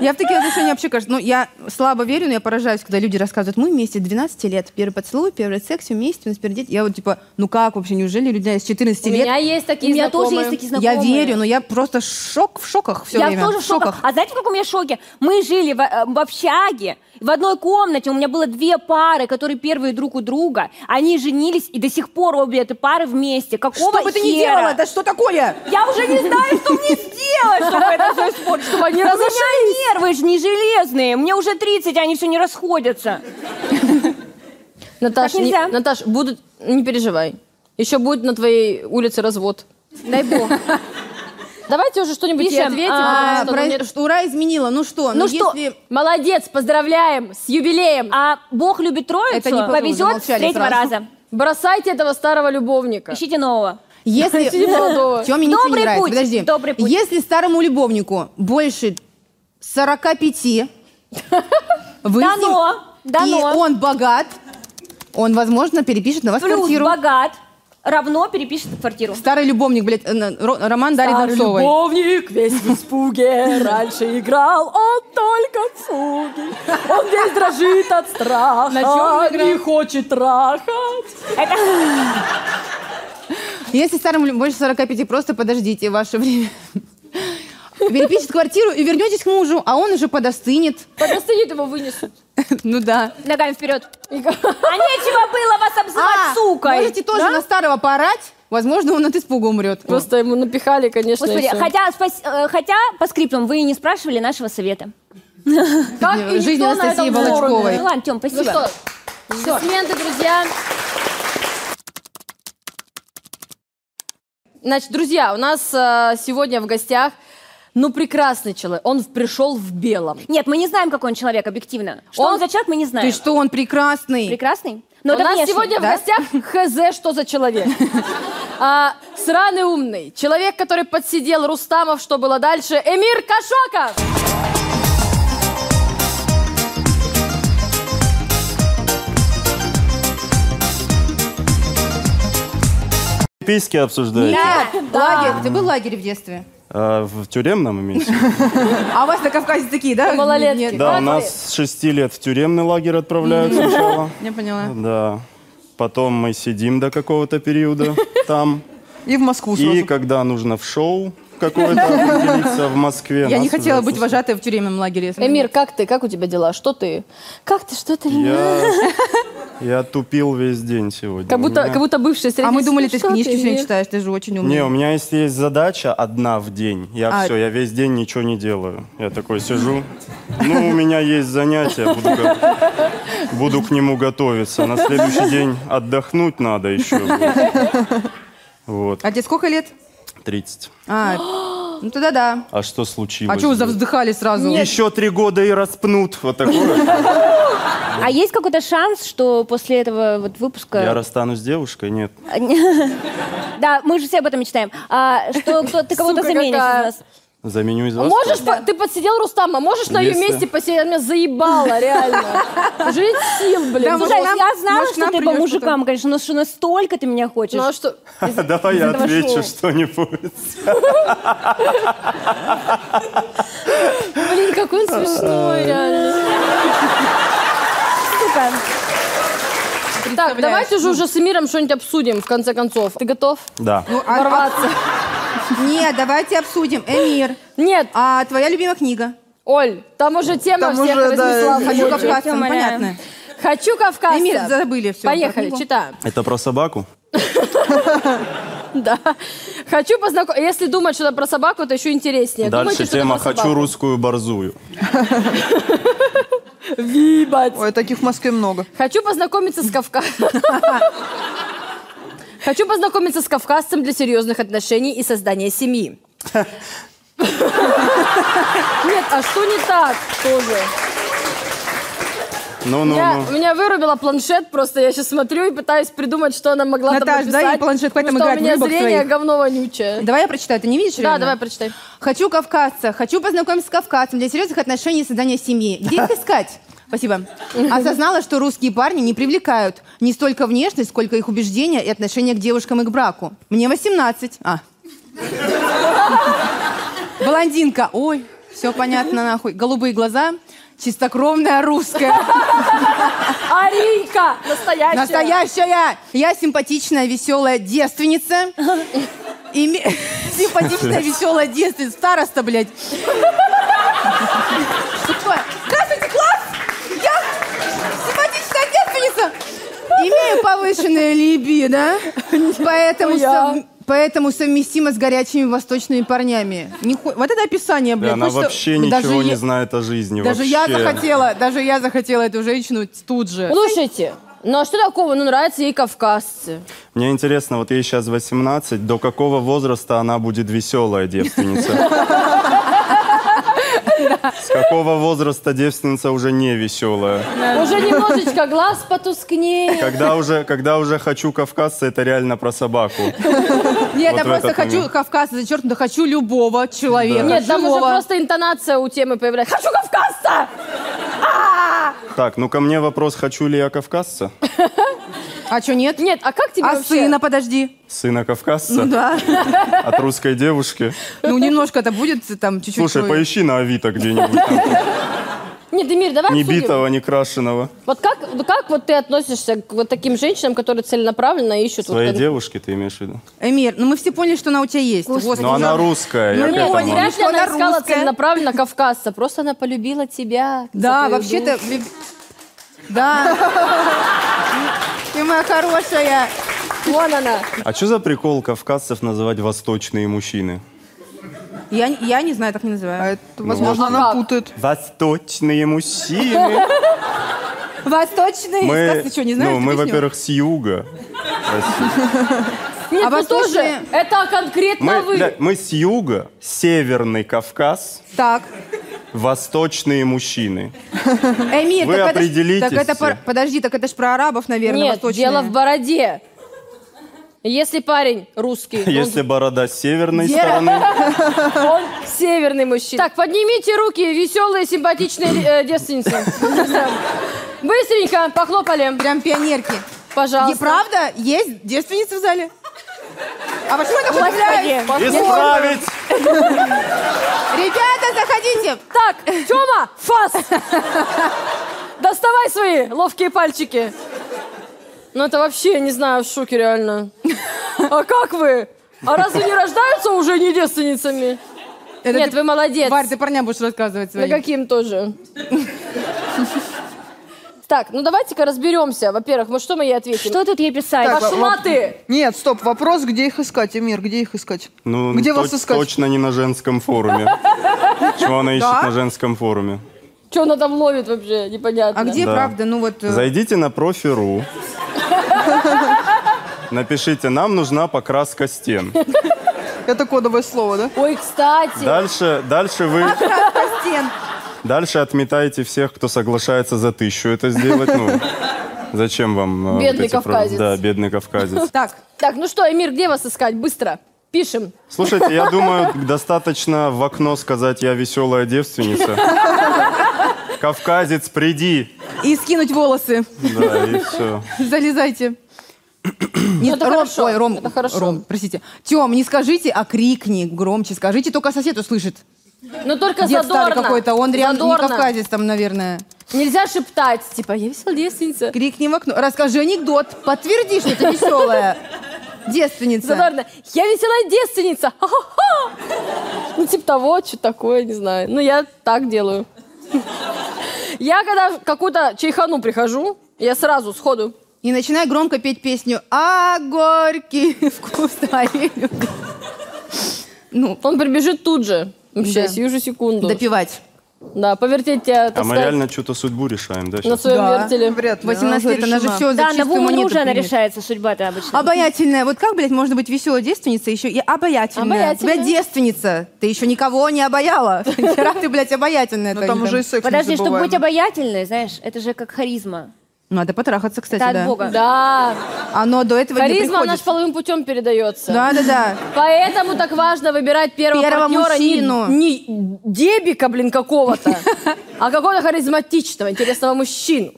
Speaker 5: Я в такие отношения вообще, кажется, ну, я слабо верю, но я поражаюсь, когда люди рассказывают, мы вместе 12 лет, первый поцелуй, первый секс, все вместе, у нас впереди. дети». Я вот типа, ну как вообще, неужели люди с 14
Speaker 4: У
Speaker 5: лет?
Speaker 4: меня есть
Speaker 2: У
Speaker 4: такие
Speaker 2: меня тоже
Speaker 4: знакомые.
Speaker 2: есть такие
Speaker 5: я
Speaker 2: знакомые.
Speaker 5: верю, но я просто шок в шоках все
Speaker 2: я
Speaker 5: время.
Speaker 2: тоже в шоках. А знаете, в каком я шоке? Мы жили в, э, в общаге, в одной комнате. У меня было две пары, которые первые друг у друга. Они женились, и до сих пор обе этой пары вместе. Какого
Speaker 5: Что бы ты ни
Speaker 2: А, хера?
Speaker 5: делала, это что такое?
Speaker 2: Я уже не знаю, что мне сделать, чтобы это все испортить. Чтобы они разошлись. У меня нервы же не железные. Мне уже 30, а они все не расходятся.
Speaker 4: Наташ,
Speaker 2: Так
Speaker 4: не-
Speaker 2: нельзя.
Speaker 4: Наташ, будут... Не переживай. Еще будет на твоей улице развод.
Speaker 2: Дай бог.
Speaker 4: Давайте уже что-нибудь ей
Speaker 2: Пишем,
Speaker 4: ответим.
Speaker 2: а,
Speaker 4: потому что, ну,
Speaker 5: про-
Speaker 4: мне-
Speaker 5: что ура изменила, ну что?
Speaker 4: Ну что,
Speaker 5: если-
Speaker 4: молодец, поздравляем с юбилеем.
Speaker 2: А бог любит троицу,
Speaker 5: Это не потом,
Speaker 2: повезет с
Speaker 5: замолчали
Speaker 2: третьего
Speaker 5: сразу.
Speaker 2: раза.
Speaker 4: Бросайте этого старого любовника.
Speaker 2: Ищите нового.
Speaker 5: Если...
Speaker 4: Среди молодого.
Speaker 5: Чё мне ничего не
Speaker 2: Добрый
Speaker 5: нравится?
Speaker 2: путь,
Speaker 5: Подожди.
Speaker 2: добрый путь.
Speaker 5: Если старому любовнику больше 45, вы с ним-
Speaker 2: Дано,
Speaker 5: и
Speaker 2: дано.
Speaker 5: он богат, он, возможно, перепишет на вас
Speaker 2: Плюс
Speaker 5: квартиру.
Speaker 2: богат равно перепишет квартиру.
Speaker 5: Старый любовник, блядь, э, на- Ро- роман Дарьи
Speaker 4: Старый
Speaker 5: Донцовой.
Speaker 4: любовник весь в испуге Раньше играл он только в фуги Он весь дрожит от страха Не хочет трахать
Speaker 2: Это...
Speaker 5: Если старому лю- больше 45, просто подождите ваше время. Перепишет квартиру и вернетесь к мужу, а он уже подостынет.
Speaker 4: Подостанет его вынесут
Speaker 5: Ну да.
Speaker 2: Ногами вперед. А нечего было вас обзывать,
Speaker 5: А,
Speaker 2: сука.
Speaker 5: Можете тоже на старого поорать. Возможно, он от испуга умрет.
Speaker 4: Просто ему напихали, конечно,
Speaker 2: Господи,
Speaker 4: и всё.
Speaker 2: хотя, спас- э, хотя по скриптам вы и не спрашивали нашего совета.
Speaker 4: Как и
Speaker 5: Жизнь
Speaker 4: никто на
Speaker 5: Анастасии
Speaker 4: этом
Speaker 5: Волочковой.
Speaker 4: форуме.
Speaker 5: Ой.
Speaker 2: Ну ладно, Тем,
Speaker 4: Ну
Speaker 2: спасибо.
Speaker 4: что, аплодисменты, друзья. Значит, друзья, у нас э, сегодня в гостях ну, прекрасный человек. Он в- пришел в белом.
Speaker 2: Нет, мы не знаем, какой он человек, объективно. Что
Speaker 4: Он-
Speaker 2: он, за человек, мы не знаем.
Speaker 5: Ты что, он прекрасный.
Speaker 2: Прекрасный?
Speaker 4: У
Speaker 2: Но
Speaker 5: Ну,
Speaker 2: это
Speaker 4: нас
Speaker 2: внешне,
Speaker 4: сегодня в
Speaker 2: да?
Speaker 4: гостях хз, что за человек. А, сраный умный. Человек, который подсидел Рустамов, что было дальше. Эмир Кашоков!
Speaker 7: Письки обсуждаете?
Speaker 5: Лагерь. Ты был в лагере в детстве?
Speaker 7: А, в тюремном имеете?
Speaker 5: А у вас на Кавказе такие, да?
Speaker 4: Малолетки.
Speaker 5: Нет.
Speaker 7: Да,
Speaker 4: Ах
Speaker 7: у нас с 6 лет в тюремный лагерь отправляют сначала.
Speaker 5: Я поняла.
Speaker 7: Да. Потом мы сидим до какого-то периода там.
Speaker 6: И в Москву сразу.
Speaker 7: И когда нужно в шоу какое-то определиться в Москве.
Speaker 5: Я не
Speaker 7: нас
Speaker 5: хотела
Speaker 7: уже
Speaker 5: быть вожатой в тюремном лагере. если
Speaker 4: Эмир, как ты? Как у тебя дела? Что ты? Как ты? Что ты?
Speaker 7: Я, я тупил весь день сегодня.
Speaker 4: Как
Speaker 7: У
Speaker 4: будто,
Speaker 7: меня-
Speaker 4: как будто бывший средний...
Speaker 5: А мы думали, ты
Speaker 4: Что
Speaker 5: книжки сегодня
Speaker 4: Эмир?
Speaker 5: читаешь, ты же очень умный.
Speaker 7: Не, у меня есть, есть задача одна в день. Я
Speaker 5: А.
Speaker 7: все, я весь день ничего не делаю. Я такой сижу. Ну, у меня есть занятие, буду, го- буду к нему готовиться. На следующий день отдохнуть надо еще. будет. Вот,
Speaker 5: А тебе сколько лет?
Speaker 7: 30.
Speaker 5: А, ну тогда да.
Speaker 7: А что случилось?
Speaker 5: А что вы завздыхали сразу?
Speaker 7: Еще три года и распнут. Вот такое.
Speaker 2: А есть какой-то шанс, что после этого вот выпуска...
Speaker 7: Я расстанусь с девушкой? Нет.
Speaker 2: Да, мы же все об этом мечтаем. А, что кто, ты кого-то
Speaker 4: Сука
Speaker 2: заменишь из
Speaker 4: какая.
Speaker 2: нас.
Speaker 7: Заменю из вас.
Speaker 4: А Можешь, по- ты подсидел Рустама, можешь на ее
Speaker 7: Если-
Speaker 4: месте посидеть? Она меня заебала, реально. Уже нет сил, блин.
Speaker 5: Да,
Speaker 4: Ну,
Speaker 2: Слушай,
Speaker 5: нам-
Speaker 2: я знала,
Speaker 5: может, к
Speaker 2: что
Speaker 5: нам
Speaker 2: ты по
Speaker 5: придешь
Speaker 2: мужикам, конечно, но что настолько ты меня хочешь.
Speaker 4: ну а что?
Speaker 7: Давай я
Speaker 2: этого шоу.
Speaker 7: отвечу что-нибудь.
Speaker 4: Блин, какой он смешной, реально.
Speaker 2: Сука.
Speaker 4: Так, давайте же уже с Эмиром что-нибудь обсудим, в конце концов. Ты готов?
Speaker 7: Да.
Speaker 5: Ну, а-
Speaker 4: Ворваться.
Speaker 5: а- Нет, давайте обсудим. Эмир,
Speaker 4: Нет,
Speaker 5: а твоя любимая книга?
Speaker 4: Оль, там уже тема
Speaker 6: Там
Speaker 4: всех
Speaker 6: уже, да,
Speaker 4: разнесла. в
Speaker 5: Хочу
Speaker 4: муки.
Speaker 5: кавказцам,
Speaker 2: умоляю.
Speaker 5: понятно.
Speaker 4: Хочу Кавказца.
Speaker 5: Эмир, забыли все.
Speaker 4: Поехали, читаем.
Speaker 7: Это про собаку?
Speaker 4: Да. Хочу познакомиться. Если думать что-то про собаку, то еще интереснее.
Speaker 7: Дальше
Speaker 4: Думайте что-то
Speaker 7: тема
Speaker 4: про собаку.
Speaker 7: «Хочу русскую борзую».
Speaker 4: Ебать.
Speaker 6: Ой, таких в Москве много.
Speaker 4: Хочу познакомиться с Кавказцем. Хочу познакомиться с кавказцем для серьезных отношений и создания семьи. Нет, а что не так тоже?
Speaker 7: Ну,
Speaker 5: Ну,
Speaker 4: Я-
Speaker 7: Ну-ну-ну.
Speaker 4: меня вырубила планшет, просто я сейчас смотрю и пытаюсь придумать, что она могла там
Speaker 5: Наташ, дай
Speaker 4: написать,
Speaker 5: ей планшет, хватит
Speaker 4: потому
Speaker 5: там
Speaker 4: что
Speaker 5: играть в
Speaker 4: у меня
Speaker 5: рыбок
Speaker 4: зрение
Speaker 5: своих.
Speaker 4: говно вонючее.
Speaker 5: Давай я прочитаю, ты не видишь?
Speaker 4: Да,
Speaker 5: реально?
Speaker 4: давай, прочитай.
Speaker 5: Хочу кавказца, хочу познакомиться с кавказцем для серьезных отношений и создания семьи. Где их искать? Спасибо. Осознала, что русские парни не привлекают не столько внешность, сколько их убеждения и отношение к девушкам и к браку. Мне 18. А. Блондинка. Ой, все понятно нахуй. Голубые глаза, чистокровная русская.
Speaker 4: Арийка! Настоящая!
Speaker 5: Настоящая! Я симпатичная, веселая девственница. Име- Симпатичная, веселая девственница. Староста, блядь. Что такое? Здравствуйте, класс! Я симпатичная девственница! Имею повышенное либидо, поэтому,
Speaker 4: Нихуя.
Speaker 5: сов- поэтому совместима с горячими восточными парнями. Ниху- Вот это описание, блядь.
Speaker 7: Да, она
Speaker 5: хочется-
Speaker 7: вообще
Speaker 5: даже
Speaker 7: ничего не
Speaker 5: я-
Speaker 7: знает о жизни.
Speaker 5: Даже я
Speaker 7: вообще.
Speaker 5: захотела, даже я захотела эту женщину тут же.
Speaker 4: Слушайте, ну а что такого? Ну нравятся ей кавказцы.
Speaker 7: Мне интересно, вот ей сейчас 18, до какого возраста она будет веселая девственница? С какого возраста девственница уже не веселая?
Speaker 4: Уже немножечко глаз потускнее.
Speaker 7: Когда уже, когда уже хочу кавказца, это реально про собаку.
Speaker 5: Нет,
Speaker 7: Вот
Speaker 5: я
Speaker 7: в
Speaker 5: просто
Speaker 7: этот
Speaker 5: хочу
Speaker 7: момент.
Speaker 5: Кавказа зачеркнуто, хочу любого человека.
Speaker 7: Да.
Speaker 4: Нет, там уже
Speaker 5: Живого.
Speaker 4: просто интонация у темы появляется. Хочу кавказца!
Speaker 7: Так, ну ко мне вопрос, хочу ли я кавказца?
Speaker 5: А что, нет?
Speaker 4: Нет, а как тебе
Speaker 5: А
Speaker 4: вообще?
Speaker 5: сына, подожди.
Speaker 7: Сына кавказца?
Speaker 5: Ну Да.
Speaker 7: От русской девушки?
Speaker 5: Ну, немножко это будет там чуть-чуть.
Speaker 7: Слушай,
Speaker 5: крови.
Speaker 7: поищи на Авито где-нибудь.
Speaker 4: Нет, Эмир, давай
Speaker 7: Не
Speaker 4: обсудим.
Speaker 7: битого, не крашеного.
Speaker 4: Вот как, ну как вот ты относишься к вот таким женщинам, которые целенаправленно ищут? вот
Speaker 7: Своей
Speaker 4: кон-
Speaker 7: девушки ты имеешь в виду?
Speaker 5: Эмир, ну мы все поняли, что она у тебя есть. Господи,
Speaker 7: Но она
Speaker 5: жалко.
Speaker 7: русская,
Speaker 5: Ну
Speaker 7: я к
Speaker 5: не,
Speaker 7: этому.
Speaker 5: он не
Speaker 4: Вряд ли
Speaker 5: Что
Speaker 4: она
Speaker 5: она
Speaker 4: искала
Speaker 5: русская?
Speaker 4: целенаправленно кавказца, просто она полюбила тебя.
Speaker 5: Да,
Speaker 4: за твою
Speaker 5: вообще-то... люб- Да. Ты моя хорошая.
Speaker 4: душу. Вон она.
Speaker 7: А что за прикол кавказцев называть восточные мужчины?
Speaker 5: Я, я не знаю, так не
Speaker 6: А
Speaker 5: называю.
Speaker 6: это,
Speaker 7: Ну
Speaker 6: возможно,
Speaker 4: вот.
Speaker 6: она
Speaker 4: Как?
Speaker 6: путает.
Speaker 7: Восточные мужчины.
Speaker 5: Восточный
Speaker 7: Мы,
Speaker 5: Стас, ты что, не знаешь?
Speaker 7: ну,
Speaker 5: Ты
Speaker 7: мы,
Speaker 5: объяснил?
Speaker 7: во-первых, с юга. России.
Speaker 4: Нет,
Speaker 5: А
Speaker 4: ну
Speaker 5: вас
Speaker 4: тоже,
Speaker 5: слышали?
Speaker 4: это конкретно
Speaker 7: Мы,
Speaker 4: А вы.
Speaker 7: бля, мы с юга, северный Кавказ,
Speaker 5: Так.
Speaker 7: Восточные мужчины.
Speaker 5: Эмир,
Speaker 7: Вы
Speaker 5: так это ж-
Speaker 7: определитесь
Speaker 5: так это
Speaker 7: все.
Speaker 5: пор- подожди, так это ж про арабов, наверное,
Speaker 4: Нет,
Speaker 5: восточные.
Speaker 4: дело в бороде. Если парень русский, он-
Speaker 7: Если борода с северной
Speaker 4: Я-
Speaker 7: стороны,
Speaker 4: он северный мужчина. Так, поднимите руки, веселые, симпатичные э, девственницы. Быстренько, похлопали,
Speaker 5: Прям пионерки. И
Speaker 4: пожалуйста.
Speaker 5: правда, есть девственницы в зале? А почему это удивляюсь?
Speaker 7: исправить!
Speaker 5: Ребята, заходите!
Speaker 4: Так, Тёма, фас! Доставай свои ловкие пальчики. Ну это вообще, я не знаю, в шоке реально. А как вы? А разве не рождаются уже не девственницами?
Speaker 5: Это
Speaker 4: Нет,
Speaker 5: ты-
Speaker 4: вы молодец.
Speaker 5: Варь, ты парням будешь рассказывать
Speaker 4: Да
Speaker 5: свои.
Speaker 4: каким тоже. Так, ну давайте-ка разберемся. Во-первых, мы что мы ей ответим?
Speaker 2: Что тут ей писать?
Speaker 6: Так,
Speaker 4: Пошла
Speaker 6: воп-
Speaker 4: ты!
Speaker 6: Нет, стоп, вопрос, где их искать, Эмир, где их искать?
Speaker 7: Ну,
Speaker 6: где
Speaker 7: то-
Speaker 6: вас искать?
Speaker 7: Точно не на женском форуме. Чего она ищет
Speaker 5: Да?
Speaker 7: на женском форуме?
Speaker 4: Что она там ловит вообще? Непонятно.
Speaker 5: А где,
Speaker 7: Да.
Speaker 5: правда, ну вот... э,
Speaker 7: Зайдите на профи.ру. Напишите, нам нужна покраска стен.
Speaker 6: Это кодовое слово, да?
Speaker 4: Ой, кстати.
Speaker 7: Дальше, дальше вы,
Speaker 5: Краска стен.
Speaker 7: дальше отметаете всех, кто соглашается за тысячу это сделать. Ну, зачем вам? э,
Speaker 4: Бедный
Speaker 7: эти фразы?
Speaker 4: кавказец.
Speaker 7: Да, бедный кавказец.
Speaker 5: Так,
Speaker 4: Так, ну что, Эмир, где вас искать? Быстро. Пишем.
Speaker 7: Слушайте, я думаю, достаточно в окно сказать, я веселая девственница. Кавказец, приди.
Speaker 5: и скинуть волосы.
Speaker 7: Да, и все.
Speaker 5: Залезайте. Нет,
Speaker 4: это
Speaker 5: Ром,
Speaker 4: хорошо,
Speaker 5: ой, Ром,
Speaker 4: это хорошо.
Speaker 5: Ром, простите. Тем, не скажите, а крикни громче, скажите, только сосед услышит.
Speaker 4: Но только
Speaker 5: Дед старый
Speaker 4: задорно.
Speaker 5: какой-то, он реально не
Speaker 4: Задорно.
Speaker 5: кавказец там, наверное.
Speaker 4: Нельзя шептать, типа, я весел девственница.
Speaker 5: Крикни в окно, расскажи анекдот, подтверди, что ты веселая девственница.
Speaker 4: Задорно. Я веселая девственница. Ха-ха-ха. Ну, типа того, что такое, не знаю. Ну, я так делаю. Я когда в какую-то чайхану прихожу, я сразу, сходу.
Speaker 5: И начинай громко петь песню «А горький вкус а твоей любви». Ну,
Speaker 4: Он прибежит тут же. Вообще,
Speaker 5: Да.
Speaker 4: сию же секунду.
Speaker 5: допивать.
Speaker 4: Да, повертеть тебя, так
Speaker 7: А мы
Speaker 4: сказать,
Speaker 7: реально что-то судьбу решаем, да?
Speaker 4: на
Speaker 7: щас?
Speaker 4: своем
Speaker 5: Да.
Speaker 4: вертеле.
Speaker 6: Вряд ли.
Speaker 5: 18 лет, она же
Speaker 6: решена.
Speaker 5: все за
Speaker 2: Да, на
Speaker 5: чистую
Speaker 2: Woman
Speaker 5: монету
Speaker 2: Rouge она
Speaker 5: примет.
Speaker 2: решается судьба-то обычно.
Speaker 5: Обаятельная. Вот как, блядь, можно быть веселой девственницей еще и обаятельная?
Speaker 4: Обаятельная.
Speaker 5: У тебя девственница. Ты еще никого не обаяла. Хера ты, блядь, обаятельная.
Speaker 6: Но
Speaker 5: так,
Speaker 6: Ну, там
Speaker 5: да.
Speaker 6: уже и секс
Speaker 2: Подожди, чтобы быть
Speaker 6: незабываемый.
Speaker 2: обаятельной, знаешь, это же как харизма.
Speaker 5: Ну, Надо потрахаться, кстати,
Speaker 2: Это
Speaker 5: да.
Speaker 2: от Бога.
Speaker 4: Да.
Speaker 5: Оно до этого не
Speaker 4: Харизма, она ж
Speaker 5: приходит.
Speaker 4: половым путем передается.
Speaker 5: Да-да-да.
Speaker 4: Поэтому так важно выбирать первого,
Speaker 5: Первого
Speaker 4: партнера не-
Speaker 5: мужчину.
Speaker 4: Не, дебика, блин, какого-то, а какого-то харизматичного, интересного мужчину.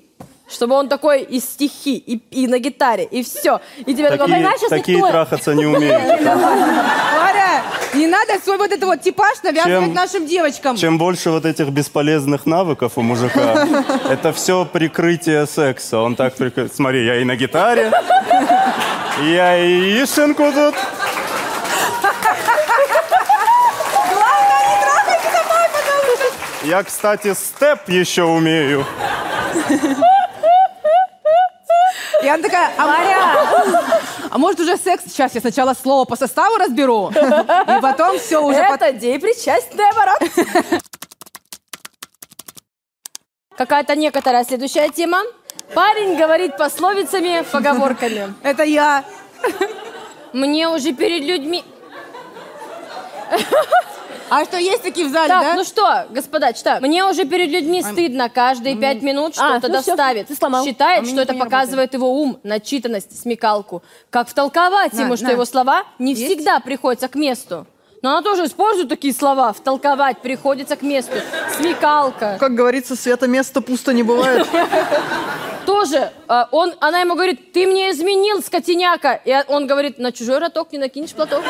Speaker 4: Чтобы он такой и стихи, и, и на гитаре, и все. И тебе такой,
Speaker 7: Такие,
Speaker 4: понимаешь, если
Speaker 7: такие
Speaker 4: кто-
Speaker 7: трахаться не умеют.
Speaker 5: Варя, не надо свой вот этот вот типаж навязывать
Speaker 7: Чем-
Speaker 5: нашим девочкам.
Speaker 7: Чем больше вот этих бесполезных навыков у мужика, это все прикрытие секса. Он так прикры- Смотри, я и на гитаре, я и яишенку тут. Я, кстати, степ еще умею.
Speaker 5: И она такая, а, а может уже секс? Сейчас я сначала слово по составу разберу, и потом все уже... потом-
Speaker 4: Это причастный оборот. Какая-то некоторая следующая тема. Парень говорит пословицами, поговорками.
Speaker 5: Это я.
Speaker 4: Мне уже перед людьми...
Speaker 5: А что, есть такие в зале,
Speaker 4: Так,
Speaker 5: да?
Speaker 4: ну что, господа, читаю. Мне уже перед людьми стыдно. Каждые пять минут
Speaker 2: А,
Speaker 4: что-то
Speaker 2: ну всё,
Speaker 4: доставит.
Speaker 2: ты сломал.
Speaker 4: Считает,
Speaker 5: А мне
Speaker 4: что это
Speaker 5: нихуя не
Speaker 4: показывает его ум, начитанность, смекалку. Как втолковать
Speaker 5: На,
Speaker 4: ему, что
Speaker 5: на.
Speaker 4: его слова не
Speaker 5: Есть?
Speaker 4: всегда приходятся к месту. Но она тоже использует такие слова. Втолковать приходится к месту. Смекалка.
Speaker 6: Как говорится, света места пусто не бывает.
Speaker 4: Тоже. э, он, она ему говорит, ты мне изменил, скотиняка. И он говорит, на чужой роток не накинешь платок.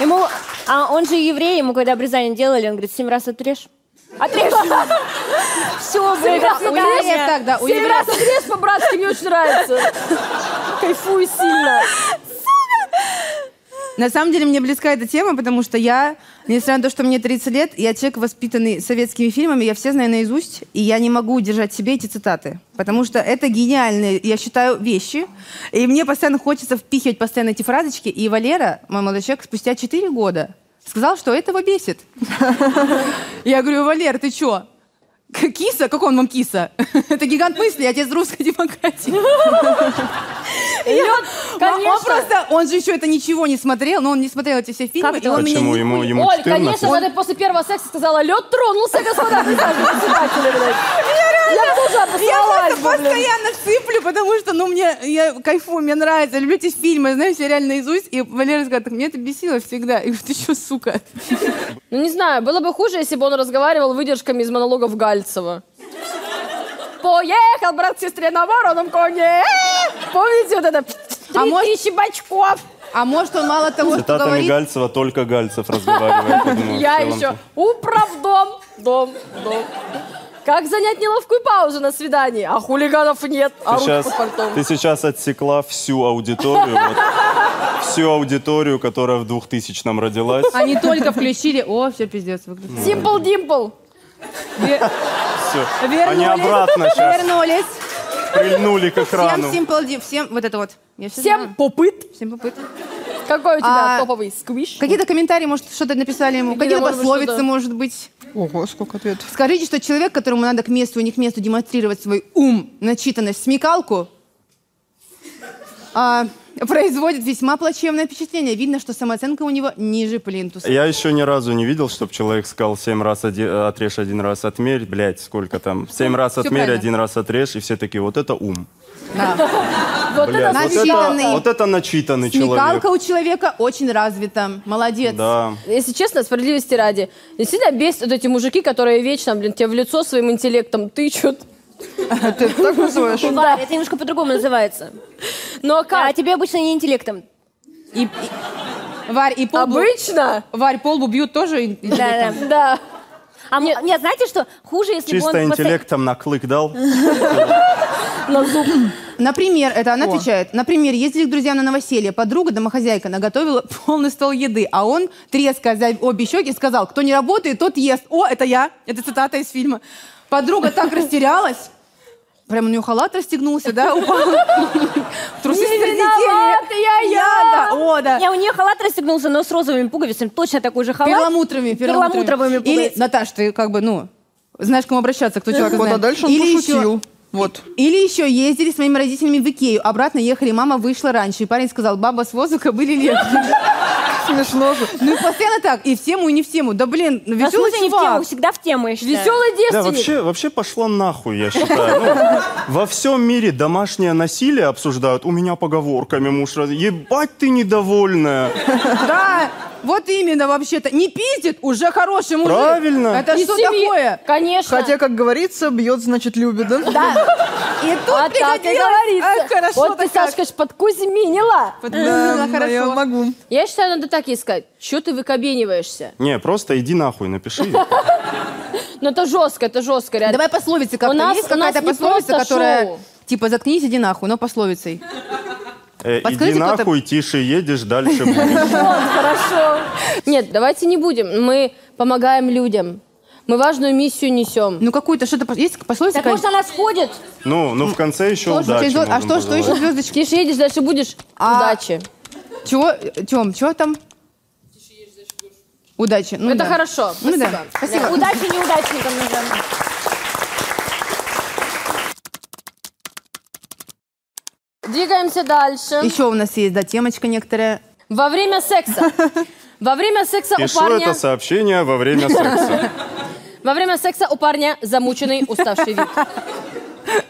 Speaker 2: Ему, а он же еврей, ему когда обрезание делали, он говорит, семь раз отрежь. Отрежь! Все, блин,
Speaker 4: раз отрежь,
Speaker 5: так, да, у
Speaker 4: Семь
Speaker 5: евреев-
Speaker 4: раз отрежь по-братски, мне очень нравится. Кайфую сильно.
Speaker 5: На самом деле мне близка эта тема, потому что я, несмотря на то, что мне 30 лет, я человек, воспитанный советскими фильмами, я все знаю наизусть, и я не могу удержать себе эти цитаты. Потому что это гениальные, я считаю, вещи. И мне постоянно хочется впихивать постоянно эти фразочки. И Валера, мой молодой человек, спустя 4 года сказал, что этого бесит. Я говорю, Валер, ты чё? К- Киса? Какой он вам киса? Это гигант мысли, отец русской демократии.
Speaker 4: Лед,
Speaker 5: Он
Speaker 4: конечно.
Speaker 5: просто, он же еще это ничего не смотрел, но он не смотрел эти все фильмы,
Speaker 2: Как
Speaker 5: и он меня
Speaker 7: Почему?
Speaker 5: не-
Speaker 7: Ему, ему
Speaker 4: Оль,
Speaker 7: 14?
Speaker 4: конечно, когда ты после первого секса сказала, лед тронулся, господа председатели, блядь. Я тоже
Speaker 5: Я
Speaker 4: обосралась
Speaker 5: просто
Speaker 4: бы, блядь.
Speaker 5: постоянно сыплю, потому что, ну, мне, я кайфую, мне нравится, я люблю эти фильмы, знаю все реально наизусть, и Валера сказал, так меня это бесило всегда. И ты что, сука?
Speaker 4: Ну, не знаю, было бы хуже, если бы он разговаривал выдержками из монологов Гальцева. Поехал, брат, к сестре на вороном коне. Помните вот это? Три
Speaker 5: А может-
Speaker 4: тысячи бачков.
Speaker 5: А может, он мало того, что
Speaker 7: Цитатами
Speaker 5: говорит,
Speaker 7: Гальцева только Гальцев разговаривает. я думаю, в
Speaker 4: Я
Speaker 7: целом-то.
Speaker 4: еще управдом, дом, дом. Как занять неловкую паузу на свидании? А хулиганов нет, а
Speaker 7: Ты
Speaker 4: руки
Speaker 7: сейчас,
Speaker 4: под пальтом.
Speaker 7: ты сейчас отсекла всю аудиторию, вот, всю аудиторию, которая в 2000-м родилась.
Speaker 4: А
Speaker 5: они только включили, о, все, пиздец, выключили.
Speaker 4: Симпл Димпл.
Speaker 7: Всё. Они
Speaker 5: Вернулись.
Speaker 7: обратно сейчас
Speaker 5: Вернулись.
Speaker 7: прильнули к экрану.
Speaker 5: Всем Simple Di- всем вот это вот. Я всё
Speaker 4: Всем
Speaker 5: знаю.
Speaker 4: попыт.
Speaker 5: Всем попытки.
Speaker 4: Какой у тебя
Speaker 5: А,
Speaker 4: топовый сквиш?
Speaker 5: Какие-то комментарии, может, что-то написали ему,
Speaker 4: Или,
Speaker 5: какие-то
Speaker 4: может быть,
Speaker 5: пословицы,
Speaker 4: что-то.
Speaker 5: может быть.
Speaker 6: Ого, сколько ответов.
Speaker 5: Скажите, что человек, которому надо к месту и не к месту демонстрировать свой ум, начитанность, смекалку, а, производит весьма плачевное впечатление. Видно, что самооценка у него ниже плинтуса.
Speaker 7: Я еще ни разу не видел, чтобы человек сказал семь раз оде- отрежь, один раз отмерь, блядь, сколько там, семь раз отмерь,
Speaker 5: правильно.
Speaker 7: один раз отрежь, и все такие, вот это ум.
Speaker 4: Вот
Speaker 7: Блядь,
Speaker 4: это...
Speaker 7: вот, это,
Speaker 5: Начитанный.
Speaker 7: вот это начитанный человек.
Speaker 5: Смекалка у человека очень развита. Молодец.
Speaker 7: Да.
Speaker 4: Если честно, справедливости ради, действительно бесит вот эти мужики, которые вечно, блин, тебе в лицо своим интеллектом тычут.
Speaker 6: А Ты это так называешь?
Speaker 2: Варя, это немножко по-другому называется.
Speaker 4: Но Ну, как?
Speaker 2: А тебе обычно не интеллектом.
Speaker 5: И, и- Варь и
Speaker 4: ну,
Speaker 5: полбу...
Speaker 4: Обычно?
Speaker 5: Варь полбу бьют тоже. и- и-
Speaker 2: А Да, да.
Speaker 4: Да.
Speaker 2: А м- нет, знаете что? Хуже, если бы он...
Speaker 7: Чисто
Speaker 2: постоя-
Speaker 7: интеллектом на клык дал.
Speaker 4: На зуб.
Speaker 5: Например, это она отвечает. Например, ездили к друзьям на новоселье. Подруга, домохозяйка, наготовила полный стол еды, а он треска за обе щеки сказал, кто не работает, тот ест. О, это я. Это цитата из фильма. Подруга так растерялась. Прям у нее халат расстегнулся, да, упал. Трусы
Speaker 4: Не
Speaker 5: слетели.
Speaker 4: виновата я, я.
Speaker 5: да, о, да.
Speaker 2: Не, у нее халат расстегнулся, но с розовыми пуговицами. Точно такой же халат.
Speaker 5: Перламутровыми, перламутровыми.
Speaker 2: Перламутровыми
Speaker 5: Или,
Speaker 2: пуговицами.
Speaker 5: Наташ, ты как бы, ну, знаешь, к кому обращаться, кто человек
Speaker 6: Вот, а
Speaker 5: знает.
Speaker 6: дальше он
Speaker 5: Или еще-
Speaker 6: пошутил. Вот.
Speaker 5: Или еще ездили с моими родителями в Икею. Обратно ехали, мама вышла раньше. И парень сказал, баба с воздуха были легче.
Speaker 6: Смешно же.
Speaker 5: Ну и постоянно так. И в тему, и не в тему. Да блин, ну,
Speaker 2: Да, в
Speaker 5: веселый
Speaker 2: смысле, А не в тему,
Speaker 5: чувак.
Speaker 2: всегда в тему, я считаю.
Speaker 4: Веселый
Speaker 7: Да,
Speaker 4: девственник.
Speaker 7: вообще, вообще пошло нахуй, я считаю. Ну, во всем мире домашнее насилие обсуждают. У меня поговорками муж раз... Ебать ты недовольная.
Speaker 5: Да, вот именно вообще-то. Не пиздит, уже хороший мужик.
Speaker 7: Правильно.
Speaker 5: Это
Speaker 4: Из
Speaker 5: что
Speaker 4: семьи.
Speaker 5: такое?
Speaker 4: Конечно.
Speaker 6: Хотя, как говорится, бьет, значит, любит, да?
Speaker 5: И тут
Speaker 4: а так и
Speaker 5: пригодилось.
Speaker 4: говорится.
Speaker 5: А, хорошо
Speaker 4: вот ты, Сашка, ж подкузьминила.
Speaker 6: Да,
Speaker 5: Подмигнула,
Speaker 6: ну, я
Speaker 5: хорошо.
Speaker 6: могу.
Speaker 4: Я считаю, надо так ей сказать. Че ты выкобениваешься?
Speaker 7: Не, просто иди нахуй, напиши.
Speaker 4: Но это жестко, это жестко, реально.
Speaker 5: Давай пословицы
Speaker 4: У
Speaker 5: как-то.
Speaker 4: нас-
Speaker 5: Есть
Speaker 4: у нас
Speaker 5: какая-то
Speaker 4: не
Speaker 5: пословица,
Speaker 4: просто
Speaker 5: которая...
Speaker 4: шоу.
Speaker 5: Типа, заткнись, иди нахуй, но пословицей.
Speaker 7: Э, иди
Speaker 5: Подскажите, кто-то-
Speaker 7: нахуй, тише едешь, дальше будешь.
Speaker 4: Хорошо. Нет, давайте не будем. Мы помогаем людям. Мы важную миссию несем.
Speaker 5: Ну какую-то, что-то... Есть пословица
Speaker 2: Так может,
Speaker 5: какая-то?
Speaker 2: она сходит?
Speaker 7: Ну, ну в конце еще
Speaker 5: Тоже
Speaker 7: удачи.
Speaker 5: через звезд- А
Speaker 7: можно
Speaker 5: что, что
Speaker 7: пожелать.
Speaker 5: еще звездочки?
Speaker 4: Тише едешь, дальше будешь.
Speaker 5: А-
Speaker 4: Удачи.
Speaker 5: Чего, Тем, чего там? Удачи. Ну
Speaker 4: Это
Speaker 5: да.
Speaker 4: хорошо.
Speaker 5: Ну да.
Speaker 4: Спасибо.
Speaker 5: Спасибо.
Speaker 2: Удачи неудачникам нужно.
Speaker 4: Двигаемся дальше.
Speaker 5: Еще у нас есть, да, темочка некоторая.
Speaker 4: Во время секса. Во время секса у
Speaker 7: Пишу
Speaker 4: парня...
Speaker 7: это сообщение во время секса.
Speaker 4: Во время секса у парня замученный, уставший вид.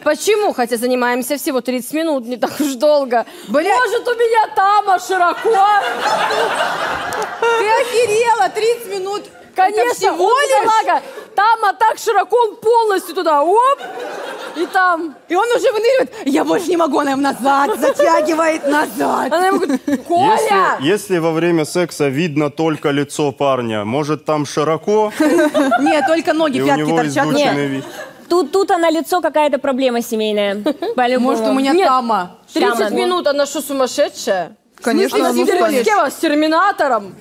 Speaker 4: Почему? Хотя занимаемся всего 30 минут, не так уж долго.
Speaker 5: Бля-
Speaker 4: Может, у меня там а широко?
Speaker 5: Ты охерела, 30 минут.
Speaker 4: Конечно,
Speaker 5: всего
Speaker 4: он
Speaker 5: лишь?
Speaker 4: салага. Там, а так широко, он полностью туда, оп, и там.
Speaker 5: И он уже выныривает. Я больше не могу, она им назад затягивает назад.
Speaker 4: Она ему говорит, Коля!
Speaker 7: Если, если во время секса видно только лицо парня, может там широко,
Speaker 5: Нет, только ноги,
Speaker 7: и у
Speaker 5: пятки
Speaker 7: него
Speaker 5: торчат.
Speaker 2: Нет.
Speaker 7: излученный вид.
Speaker 2: Тут, тут она лицо какая-то проблема семейная. По-любому.
Speaker 5: Может, у меня
Speaker 4: Нет.
Speaker 5: тама.
Speaker 4: 30
Speaker 2: Прямо.
Speaker 4: минут, она что, сумасшедшая?
Speaker 6: Конечно,
Speaker 4: Она
Speaker 6: оно
Speaker 4: с, тер- с
Speaker 6: станет.
Speaker 4: кем? С терминатором?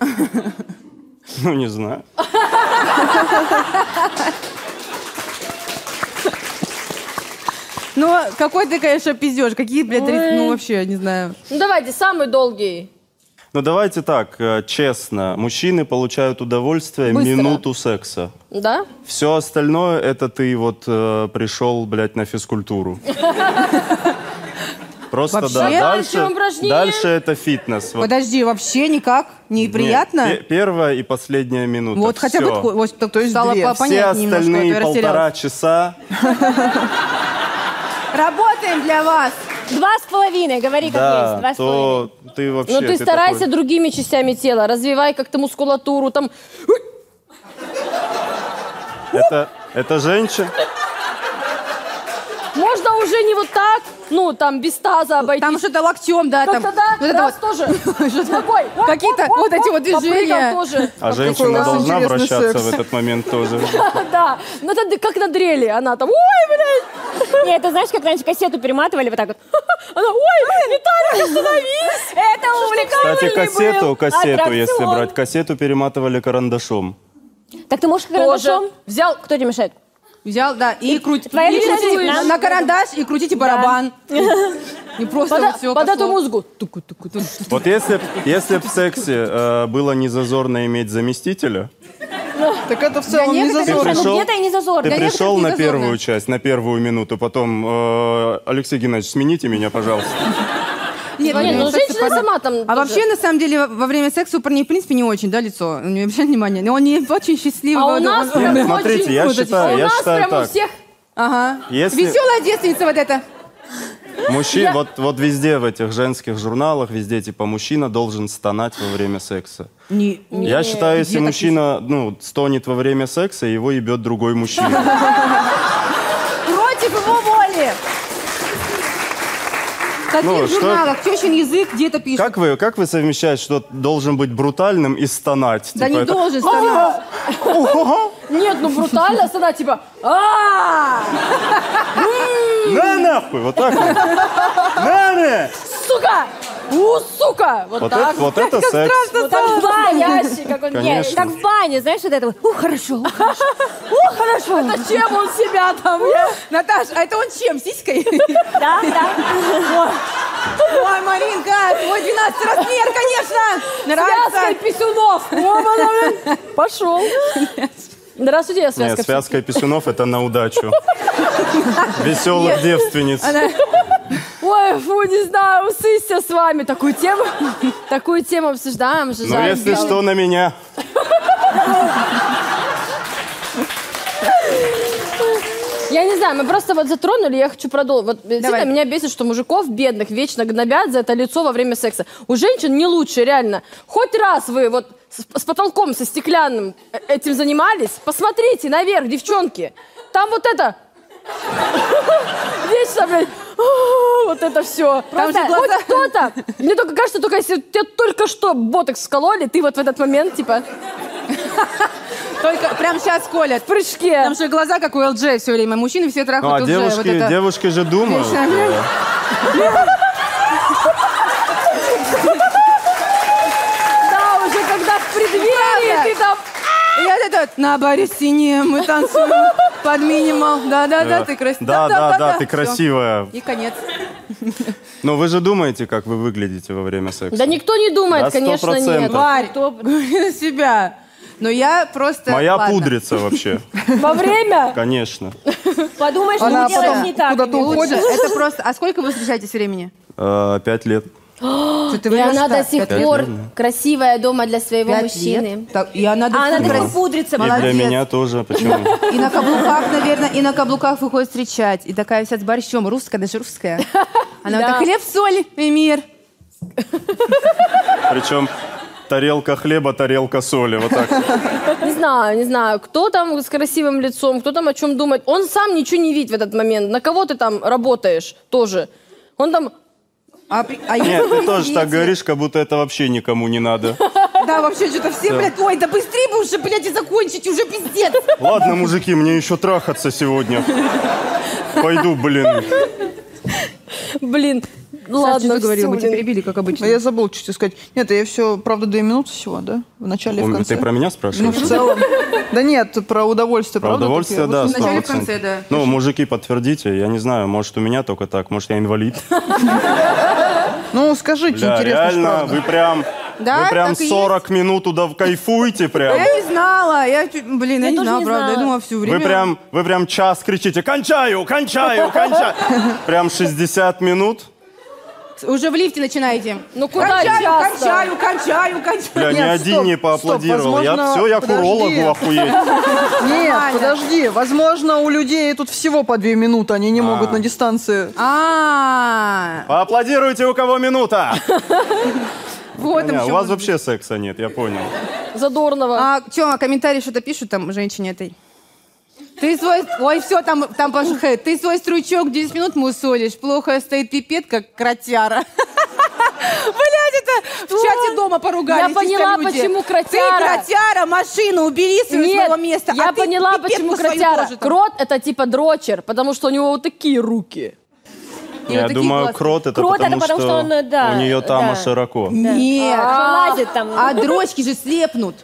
Speaker 7: Ну, не знаю.
Speaker 5: Ну, какой ты, конечно, пиздешь. Какие, блядь, 30, ну вообще, не знаю.
Speaker 4: Ну давайте, самый долгий.
Speaker 7: Ну давайте так, э, честно, мужчины получают удовольствие
Speaker 4: Быстро.
Speaker 7: минуту секса.
Speaker 4: Да?
Speaker 7: Все остальное это ты вот э, пришел, блядь, на физкультуру. Просто
Speaker 5: Вообще?
Speaker 7: да.
Speaker 4: Дальше
Speaker 7: Дальше,
Speaker 4: упражнение.
Speaker 7: дальше это фитнес. Вот.
Speaker 5: Подожди, вообще никак? Неприятно?
Speaker 7: Нет, пе- первая и последняя минута.
Speaker 5: вот хотя бы...
Speaker 7: Всё.
Speaker 5: такой- вот так
Speaker 6: То есть
Speaker 5: стало
Speaker 6: две.
Speaker 5: по-
Speaker 6: Все
Speaker 7: Все
Speaker 5: понятнее немножко, а то я
Speaker 7: остальные полтора
Speaker 5: растерялась.
Speaker 7: часа.
Speaker 5: Работаем для вас!
Speaker 2: Два с половиной, говори как есть.
Speaker 7: Да,
Speaker 2: Два с половиной.
Speaker 7: то ты вообще...
Speaker 4: Ну ты старайся
Speaker 7: такой-
Speaker 4: другими частями тела, развивай как-то мускулатуру, там...
Speaker 7: Это, это женщина? а
Speaker 4: Можно уже не вот так, ну там без таза обойтись.
Speaker 5: Там что-то локтем, да, там...
Speaker 4: Как-то да,
Speaker 5: вот это
Speaker 4: раз
Speaker 5: вот.
Speaker 4: тоже. Ногой. Оп,
Speaker 5: Какие-то
Speaker 4: оп, оп,
Speaker 5: вот эти
Speaker 4: оп,
Speaker 5: вот движения.
Speaker 4: Попрыгал тоже.
Speaker 7: А
Speaker 6: у
Speaker 7: женщина
Speaker 6: нас
Speaker 7: должна
Speaker 6: интересный
Speaker 7: вращаться
Speaker 6: секс.
Speaker 7: в этот момент тоже.
Speaker 4: Да, ну это д- как на дрели, она там, ой, блядь.
Speaker 2: Не, это знаешь, как раньше кассету перематывали вот так вот.
Speaker 4: Она, ой, Виталик, остановись.
Speaker 2: Это увлекательно
Speaker 7: Кстати, кассету, кассету, если
Speaker 2: Аттракцион.
Speaker 7: брать, кассету перематывали карандашом.
Speaker 2: Так ты можешь
Speaker 4: Тоже.
Speaker 2: карандашом?
Speaker 4: Взял, кто тебе мешает?
Speaker 5: Взял, да, и крутите.
Speaker 2: твоя
Speaker 5: и
Speaker 2: личная
Speaker 5: крутите
Speaker 2: жизнь.
Speaker 5: на карандаш и крутите барабан. И просто
Speaker 4: Под, а,
Speaker 5: вот все
Speaker 4: под эту музыку.
Speaker 7: Вот если, б- если б в сексе э, было не зазорно иметь заместителя,
Speaker 6: Так это в целом не
Speaker 5: некоторых-
Speaker 7: ты
Speaker 6: зазорно.
Speaker 2: ну
Speaker 7: пришел,
Speaker 2: где-то и не зазорно.
Speaker 7: ты
Speaker 2: Да
Speaker 7: пришел
Speaker 5: не
Speaker 7: на
Speaker 5: зазорно.
Speaker 7: первую часть, на первую минуту, потом, э, Алексей Геннадьевич, смените меня, пожалуйста.
Speaker 5: Нет,
Speaker 4: Не,
Speaker 5: нет,
Speaker 4: ну
Speaker 5: секса
Speaker 4: женщина
Speaker 5: порно-
Speaker 4: сама там тоже.
Speaker 5: А вообще, на самом деле, во- во время секса у парней, в принципе, не очень, да, лицо? Не обращай внимания. Но он не очень счастливый.
Speaker 4: А у
Speaker 5: он-
Speaker 4: нас
Speaker 5: он-
Speaker 4: прям
Speaker 7: Смотрите,
Speaker 4: очень-
Speaker 7: я
Speaker 4: вот эти-
Speaker 7: считаю-
Speaker 4: а у
Speaker 7: я
Speaker 4: нас
Speaker 7: считаю
Speaker 4: прям у
Speaker 7: так.
Speaker 4: всех
Speaker 5: Ага.
Speaker 7: Если-
Speaker 5: Веселая девственница вот эта.
Speaker 7: Мужчи- вот, вот везде в этих женских журналах, везде типа мужчина должен стонать во время секса.
Speaker 5: Не,
Speaker 7: Я считаю, если
Speaker 5: Где так
Speaker 7: мужчина ну, стонет во время секса, его ебет другой мужчина.
Speaker 5: Против его воли. В каких
Speaker 7: Ну, что-
Speaker 5: журналах? Тещин язык где-то пишет.
Speaker 7: Как вы, как вы совмещаете, что должен быть брутальным и стонать?
Speaker 5: Да
Speaker 7: Типа
Speaker 5: не
Speaker 7: это-
Speaker 5: должен стонать.
Speaker 4: Нет, ну брутально, она типа, а
Speaker 7: На нахуй, вот так вот. На, на!
Speaker 4: сука, у, сука, вот
Speaker 7: Вот
Speaker 4: так.
Speaker 7: это, вот это секс.
Speaker 4: Вот так звонящий, как он
Speaker 7: Конечно.
Speaker 4: нет.
Speaker 2: Как в бане, знаешь, вот это вот. Ух, хорошо, ух, хорошо. Ух, хорошо.
Speaker 4: Чем он себя там? я-
Speaker 5: Наташ, а это он чем? Сиськой?
Speaker 2: Да, да.
Speaker 5: Ой, Маринка, твой 12 размер, конечно.
Speaker 4: Связкой
Speaker 5: Нравится.
Speaker 4: писюнов. Оба, блин. Пошел. Здравствуйте, я
Speaker 7: Нет,
Speaker 4: связка.
Speaker 7: связка писюнов это на удачу. Веселых девственниц.
Speaker 4: Ой, фу, не знаю, усыся с вами. Такую тему, такую тему обсуждаем.
Speaker 7: Ну,
Speaker 4: обсуждаем.
Speaker 7: если что, на меня.
Speaker 4: Я не знаю, мы просто вот затронули, я хочу продолжить. Вот э, действительно меня бесит, что мужиков бедных вечно гнобят за это лицо во время секса. У женщин не лучше, реально. Хоть раз вы вот с, с потолком, со стеклянным э, этим занимались, посмотрите наверх, девчонки. Там вот это... Вечно, блядь, а, вот это все.
Speaker 5: же глаза-
Speaker 4: Хоть кто-то. Мне только кажется, только если тебе только что ботокс скололи, ты вот в этот момент, типа,
Speaker 5: Только прям сейчас колят.
Speaker 4: в прыжке.
Speaker 5: Там же глаза, как у ЛД все время. Мужчины все
Speaker 7: Ну, а
Speaker 5: трахают ЛД. Вот
Speaker 7: девушки,
Speaker 5: это-
Speaker 7: девушки же думают.
Speaker 5: Конечно.
Speaker 7: э,
Speaker 4: Да, уже когда в преддверии
Speaker 5: Правда.
Speaker 4: ты там...
Speaker 5: И вот это вот, на баре синие мы танцуем под минимал. Да-да-да,
Speaker 7: э,
Speaker 5: ты красивая.
Speaker 7: Да, да, да, ты красивая.
Speaker 5: И конец.
Speaker 7: Но вы же думаете, как вы выглядите во время секса?
Speaker 4: Да никто не думает,
Speaker 7: Да, сто
Speaker 4: конечно, нет.
Speaker 7: процентов.
Speaker 5: Варь, говори на себя. Но я просто...
Speaker 7: Моя
Speaker 5: ладно.
Speaker 7: пудрица вообще,
Speaker 4: Во время?
Speaker 7: конечно.
Speaker 2: Подумаешь,
Speaker 6: Она
Speaker 2: ну делаешь
Speaker 6: потом
Speaker 2: не так.
Speaker 6: куда-то
Speaker 2: Лучше.
Speaker 5: Лучше.
Speaker 6: уходит.
Speaker 5: Это просто... А сколько вы встречаетесь времени?
Speaker 7: Э, Пять лет.
Speaker 5: Что ты
Speaker 4: И
Speaker 5: врешь,
Speaker 4: она
Speaker 5: да?
Speaker 4: до сих
Speaker 7: Пять
Speaker 4: пор
Speaker 7: лет, да.
Speaker 4: красивая дома для своего
Speaker 5: Пять
Speaker 4: мужчины.
Speaker 5: лет. Так, и она до
Speaker 2: А она
Speaker 5: сих
Speaker 2: до
Speaker 5: пор-
Speaker 2: сих пор пудрится.
Speaker 7: И для
Speaker 5: Молодец.
Speaker 7: меня тоже. Почему?
Speaker 5: И на каблуках, наверное, и на каблуках выходит встречать. И такая вся с борщом. Русская, даже русская. Она вот
Speaker 4: Да.
Speaker 5: так, хлеб, соль и мир.
Speaker 7: Причем тарелка хлеба, тарелка соли. Вот так.
Speaker 4: Не знаю, не знаю, кто там с красивым лицом, кто там о чем думает. Он сам ничего не видит в этот момент. На кого ты там работаешь тоже? Он там...
Speaker 5: А, при- а если
Speaker 7: Нет,
Speaker 5: вы
Speaker 7: ты тоже так
Speaker 5: видите-
Speaker 7: говоришь, как будто это вообще никому не надо.
Speaker 5: Да, вообще что-то все, блядь, ой, да быстрее бы уже, блядь, и закончить, уже пиздец.
Speaker 7: Ладно, мужики, мне еще трахаться сегодня. Пойду, блин.
Speaker 4: Блин, ладно,
Speaker 5: Ладно, говорил, мы
Speaker 4: всё, блин.
Speaker 5: тебя перебили, как
Speaker 6: А
Speaker 5: обычно.
Speaker 6: я забыл что сказать. Нет, я все, правда, две минуты всего, да? В начале и в
Speaker 7: Он-
Speaker 6: конце.
Speaker 7: Ты про меня
Speaker 6: Ну, в
Speaker 7: спрашиваешь?
Speaker 6: целом. Да нет, про удовольствие,
Speaker 7: Про
Speaker 6: правда?
Speaker 7: удовольствие,
Speaker 6: такие?
Speaker 7: да,
Speaker 6: Вот
Speaker 5: в начале,
Speaker 7: 100%.
Speaker 5: в конце, да.
Speaker 7: Ну, мужики, подтвердите, я не знаю, может, у меня только так, может, я инвалид.
Speaker 6: Ну, скажите,
Speaker 7: Бля,
Speaker 6: интересно, ж
Speaker 7: реально,
Speaker 6: правда.
Speaker 7: вы прям,
Speaker 5: Да,
Speaker 7: вы прям
Speaker 5: так и есть.
Speaker 7: 40 минут удов кайфуете прям.
Speaker 6: Э,
Speaker 5: Я не знала, я, чуть- блин, я, не
Speaker 2: тоже
Speaker 5: знала,
Speaker 2: не
Speaker 5: правда, я
Speaker 2: знала.
Speaker 5: думала все время.
Speaker 7: Вы прям, вы прям час кричите, кончаю, кончаю, кончаю. Прям 60 минут.
Speaker 5: Уже в лифте начинаете.
Speaker 4: Ну куда часто?
Speaker 5: кончаю, кончаю, кончаю.
Speaker 7: Бля, ни
Speaker 6: Нет,
Speaker 7: один
Speaker 6: стоп,
Speaker 7: не
Speaker 6: стоп,
Speaker 7: поаплодировал. я
Speaker 6: возможно,
Speaker 7: все, я к
Speaker 6: подожди.
Speaker 7: урологу охуеть.
Speaker 5: А,
Speaker 6: Нет,
Speaker 5: Нормально.
Speaker 6: подожди. Возможно, у людей тут всего по две минуты, они не могут
Speaker 7: А.
Speaker 6: на дистанции.
Speaker 5: А,
Speaker 7: Поаплодируйте, у кого минута.
Speaker 5: вот
Speaker 7: Не,
Speaker 5: там
Speaker 7: у вас вообще секса нет, я понял.
Speaker 4: Задорного.
Speaker 5: А, Тёма, комментарии что-то пишут там женщине этой? Ты свой... Ой, все, там, там пошел хейт. Ты свой стручок 10 минут мусолишь. Плохо стоит пипет, как кротяра. Блядь, это в чате дома поругались.
Speaker 4: Я поняла,
Speaker 5: сиськолюди.
Speaker 4: почему
Speaker 5: Ты
Speaker 4: кротяра.
Speaker 5: кротяра, машину убери с
Speaker 4: Нет,
Speaker 5: своего места.
Speaker 4: я
Speaker 5: а ты
Speaker 4: поняла,
Speaker 5: пипетку
Speaker 4: почему
Speaker 5: свою
Speaker 4: кротяра.
Speaker 5: тоже там.
Speaker 4: Крот — это типа дрочер, потому что у него вот такие руки.
Speaker 7: Я
Speaker 5: такие
Speaker 7: думаю,
Speaker 5: классные.
Speaker 7: крот это
Speaker 2: Крот это
Speaker 7: потому,
Speaker 2: потому,
Speaker 7: что,
Speaker 2: что он, э, да,
Speaker 7: у нее там
Speaker 2: да.
Speaker 7: широко.
Speaker 5: Нет.
Speaker 2: Лазит там.
Speaker 5: А дрочки же слепнут.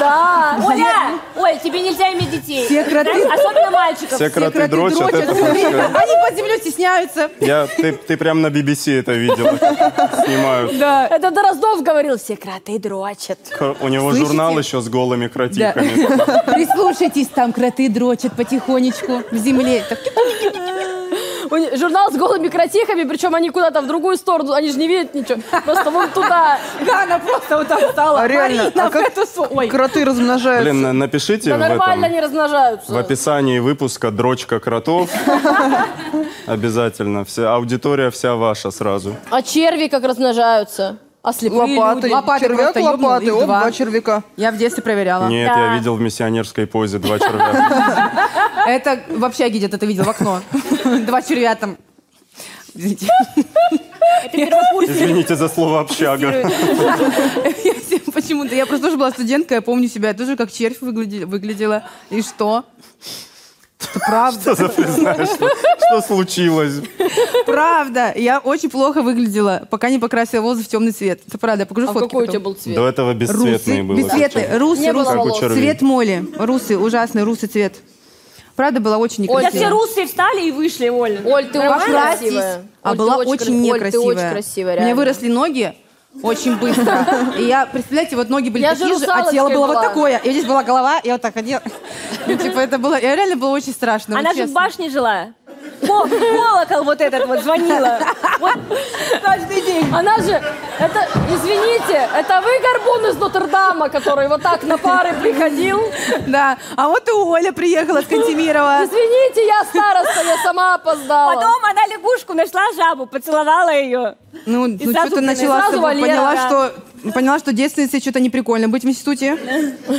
Speaker 2: да. Оля, Оль, тебе нельзя иметь детей.
Speaker 5: Все кроты-
Speaker 2: Особенно мальчиков.
Speaker 7: Все кроты
Speaker 5: Все
Speaker 7: дрочат, это
Speaker 5: всё
Speaker 7: потому
Speaker 5: время.
Speaker 7: что...
Speaker 5: Они под землей стесняются.
Speaker 7: Я, ты, ты прям на BBC это видела. Снимают.
Speaker 4: Это Дороздов говорил все.
Speaker 2: Все кроты дрочат.
Speaker 7: Кр- У него
Speaker 5: Слышите?
Speaker 7: журнал еще с голыми
Speaker 5: Да.
Speaker 7: кротиками.
Speaker 5: Прислушайтесь, там кроты дрочат потихонечку в земле. Так,
Speaker 4: У них Журнал с голыми кротихами, причем они куда-то в другую сторону, они же не видят ничего. Просто вон туда.
Speaker 5: Да, она просто вот так стала.
Speaker 6: А реально,
Speaker 5: Марина,
Speaker 6: а как-
Speaker 5: в эту со- Ой,
Speaker 6: Кроты размножаются.
Speaker 7: Блин, на- напишите
Speaker 4: Да
Speaker 7: в
Speaker 4: нормально
Speaker 7: этом.
Speaker 4: они размножаются.
Speaker 7: В описании выпуска дрочка кротов. Обязательно. Вся аудитория вся ваша сразу.
Speaker 4: А черви как размножаются. А слепые
Speaker 6: лопаты.
Speaker 4: люди.
Speaker 5: Лопатой
Speaker 6: Червяк
Speaker 5: просто ёбнул,
Speaker 6: лопаты.
Speaker 5: их
Speaker 6: Оп,
Speaker 5: два.
Speaker 6: два червяка.
Speaker 5: я в детстве проверяла.
Speaker 7: Нет, я видел в миссионерской позе два червя.
Speaker 5: Это вообще где-то ты видел в окно. Два червя там. Извините.
Speaker 7: Извините за слово общага.
Speaker 5: Я всем Почему-то. Я просто тоже была студентка, я помню себя. Я тоже как червь выгляде- выглядела. И что? Это правда.
Speaker 7: Что за признание? Что- Что случилось?
Speaker 5: Правда. Я очень плохо выглядела, пока не покрасила волосы в темный цвет. Это правда. Я покажу
Speaker 4: А
Speaker 5: фотки
Speaker 4: какой у тебя
Speaker 5: потом.
Speaker 4: был цвет?
Speaker 7: До этого бесцветные
Speaker 5: Русы.
Speaker 7: было.
Speaker 5: Бесцветные. Русы,
Speaker 4: Не было
Speaker 5: русы.
Speaker 7: Как у
Speaker 4: волос.
Speaker 7: червей.
Speaker 5: Цвет моли. Русы. Ужасный русый цвет. Правда, была очень
Speaker 2: Сейчас все
Speaker 5: некрасивая.
Speaker 2: русые встали и вышли, Оля.
Speaker 4: Оль, ты очень
Speaker 5: Покрасьтесь.
Speaker 4: красивая.
Speaker 5: А
Speaker 4: Оль, ты
Speaker 5: была очень,
Speaker 4: красивая.
Speaker 5: некрасивая.
Speaker 4: Оль, ты очень красивая,
Speaker 5: У меня
Speaker 4: реально.
Speaker 5: выросли ноги очень быстро. И я, представляете, вот ноги были
Speaker 4: Я же
Speaker 5: такие же, а
Speaker 4: русалочкой
Speaker 5: тело было вот
Speaker 4: была.
Speaker 5: такое. И здесь была голова, я вот так ходила. Ну, типа, это было... Я реально было очень страшно. вот
Speaker 2: Она же в
Speaker 5: честно.
Speaker 2: башне жила. О, колокол вот этот вот звонила. Вот каждый день.
Speaker 4: Она же, это, извините, это вы горбун из Нотр-Дама, который вот так на пары приходил?
Speaker 5: Да. А вот и Оля приехала с Кантемирова.
Speaker 4: Извините, я староста, я сама опоздала.
Speaker 2: Потом она лягушку нашла жабу, поцеловала ее.
Speaker 5: Ну, ну
Speaker 2: сразу Валера,
Speaker 5: что-то начала с
Speaker 4: сразу
Speaker 5: тобой.
Speaker 4: Валера,
Speaker 5: Поняла,
Speaker 2: да.
Speaker 5: что... Поняла, что детственницей что-то неприкольно быть в институте.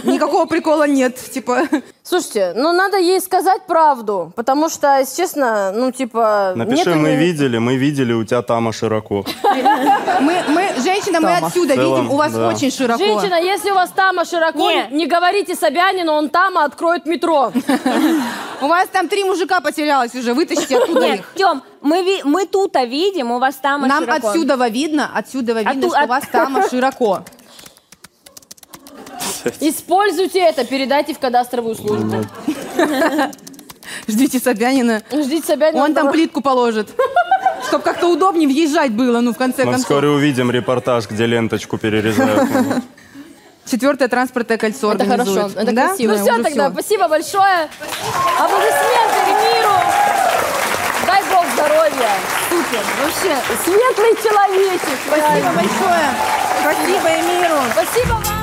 Speaker 5: Никакого прикола нет. Типа,
Speaker 4: Слушайте, ну надо ей сказать правду, потому что, если честно, ну
Speaker 5: Э,
Speaker 4: типа... нет
Speaker 7: Напиши,
Speaker 4: у
Speaker 7: мы
Speaker 4: нее-
Speaker 7: видели, мы видели, у тебя тама широко.
Speaker 5: мы, мы женщина, мы
Speaker 6: Тама.
Speaker 5: отсюда
Speaker 7: В целом,
Speaker 5: видим, у вас
Speaker 7: да.
Speaker 5: очень широко.
Speaker 4: Женщина, если у вас тама широко,
Speaker 2: Не.
Speaker 4: не, говорите Собянину, он тама откроет метро.
Speaker 5: У вас там три мужика потерялось уже, вытащите оттуда
Speaker 2: Нет,
Speaker 5: их.
Speaker 2: Тем, мы, ви- мы тут-то видим, у вас там
Speaker 5: Нам
Speaker 2: широко.
Speaker 5: отсюда видно, отсюда видно,
Speaker 2: Отту-
Speaker 5: что
Speaker 2: от-
Speaker 5: у вас там широко.
Speaker 4: Используйте это, передайте в кадастровую службу.
Speaker 5: Ждите Собянина.
Speaker 4: Ждите Собянина.
Speaker 5: Он там плитку положит. Чтобы как-то удобнее въезжать было, ну, в конце
Speaker 7: Мы
Speaker 5: концов.
Speaker 7: вскоре увидим репортаж, где ленточку перерезают.
Speaker 5: Четвертое транспортное кольцо
Speaker 4: Это хорошо,
Speaker 5: организует.
Speaker 4: это
Speaker 5: Да?
Speaker 4: красиво. Ну
Speaker 5: Да,
Speaker 4: все
Speaker 5: уже
Speaker 4: тогда,
Speaker 5: всё.
Speaker 4: спасибо большое. Аплодисменты миру. Дай бог здоровья. Супер, вообще светлый человечек. Спасибо
Speaker 5: Спасибо большое. Спасибо, Эмиру.
Speaker 4: Спасибо вам.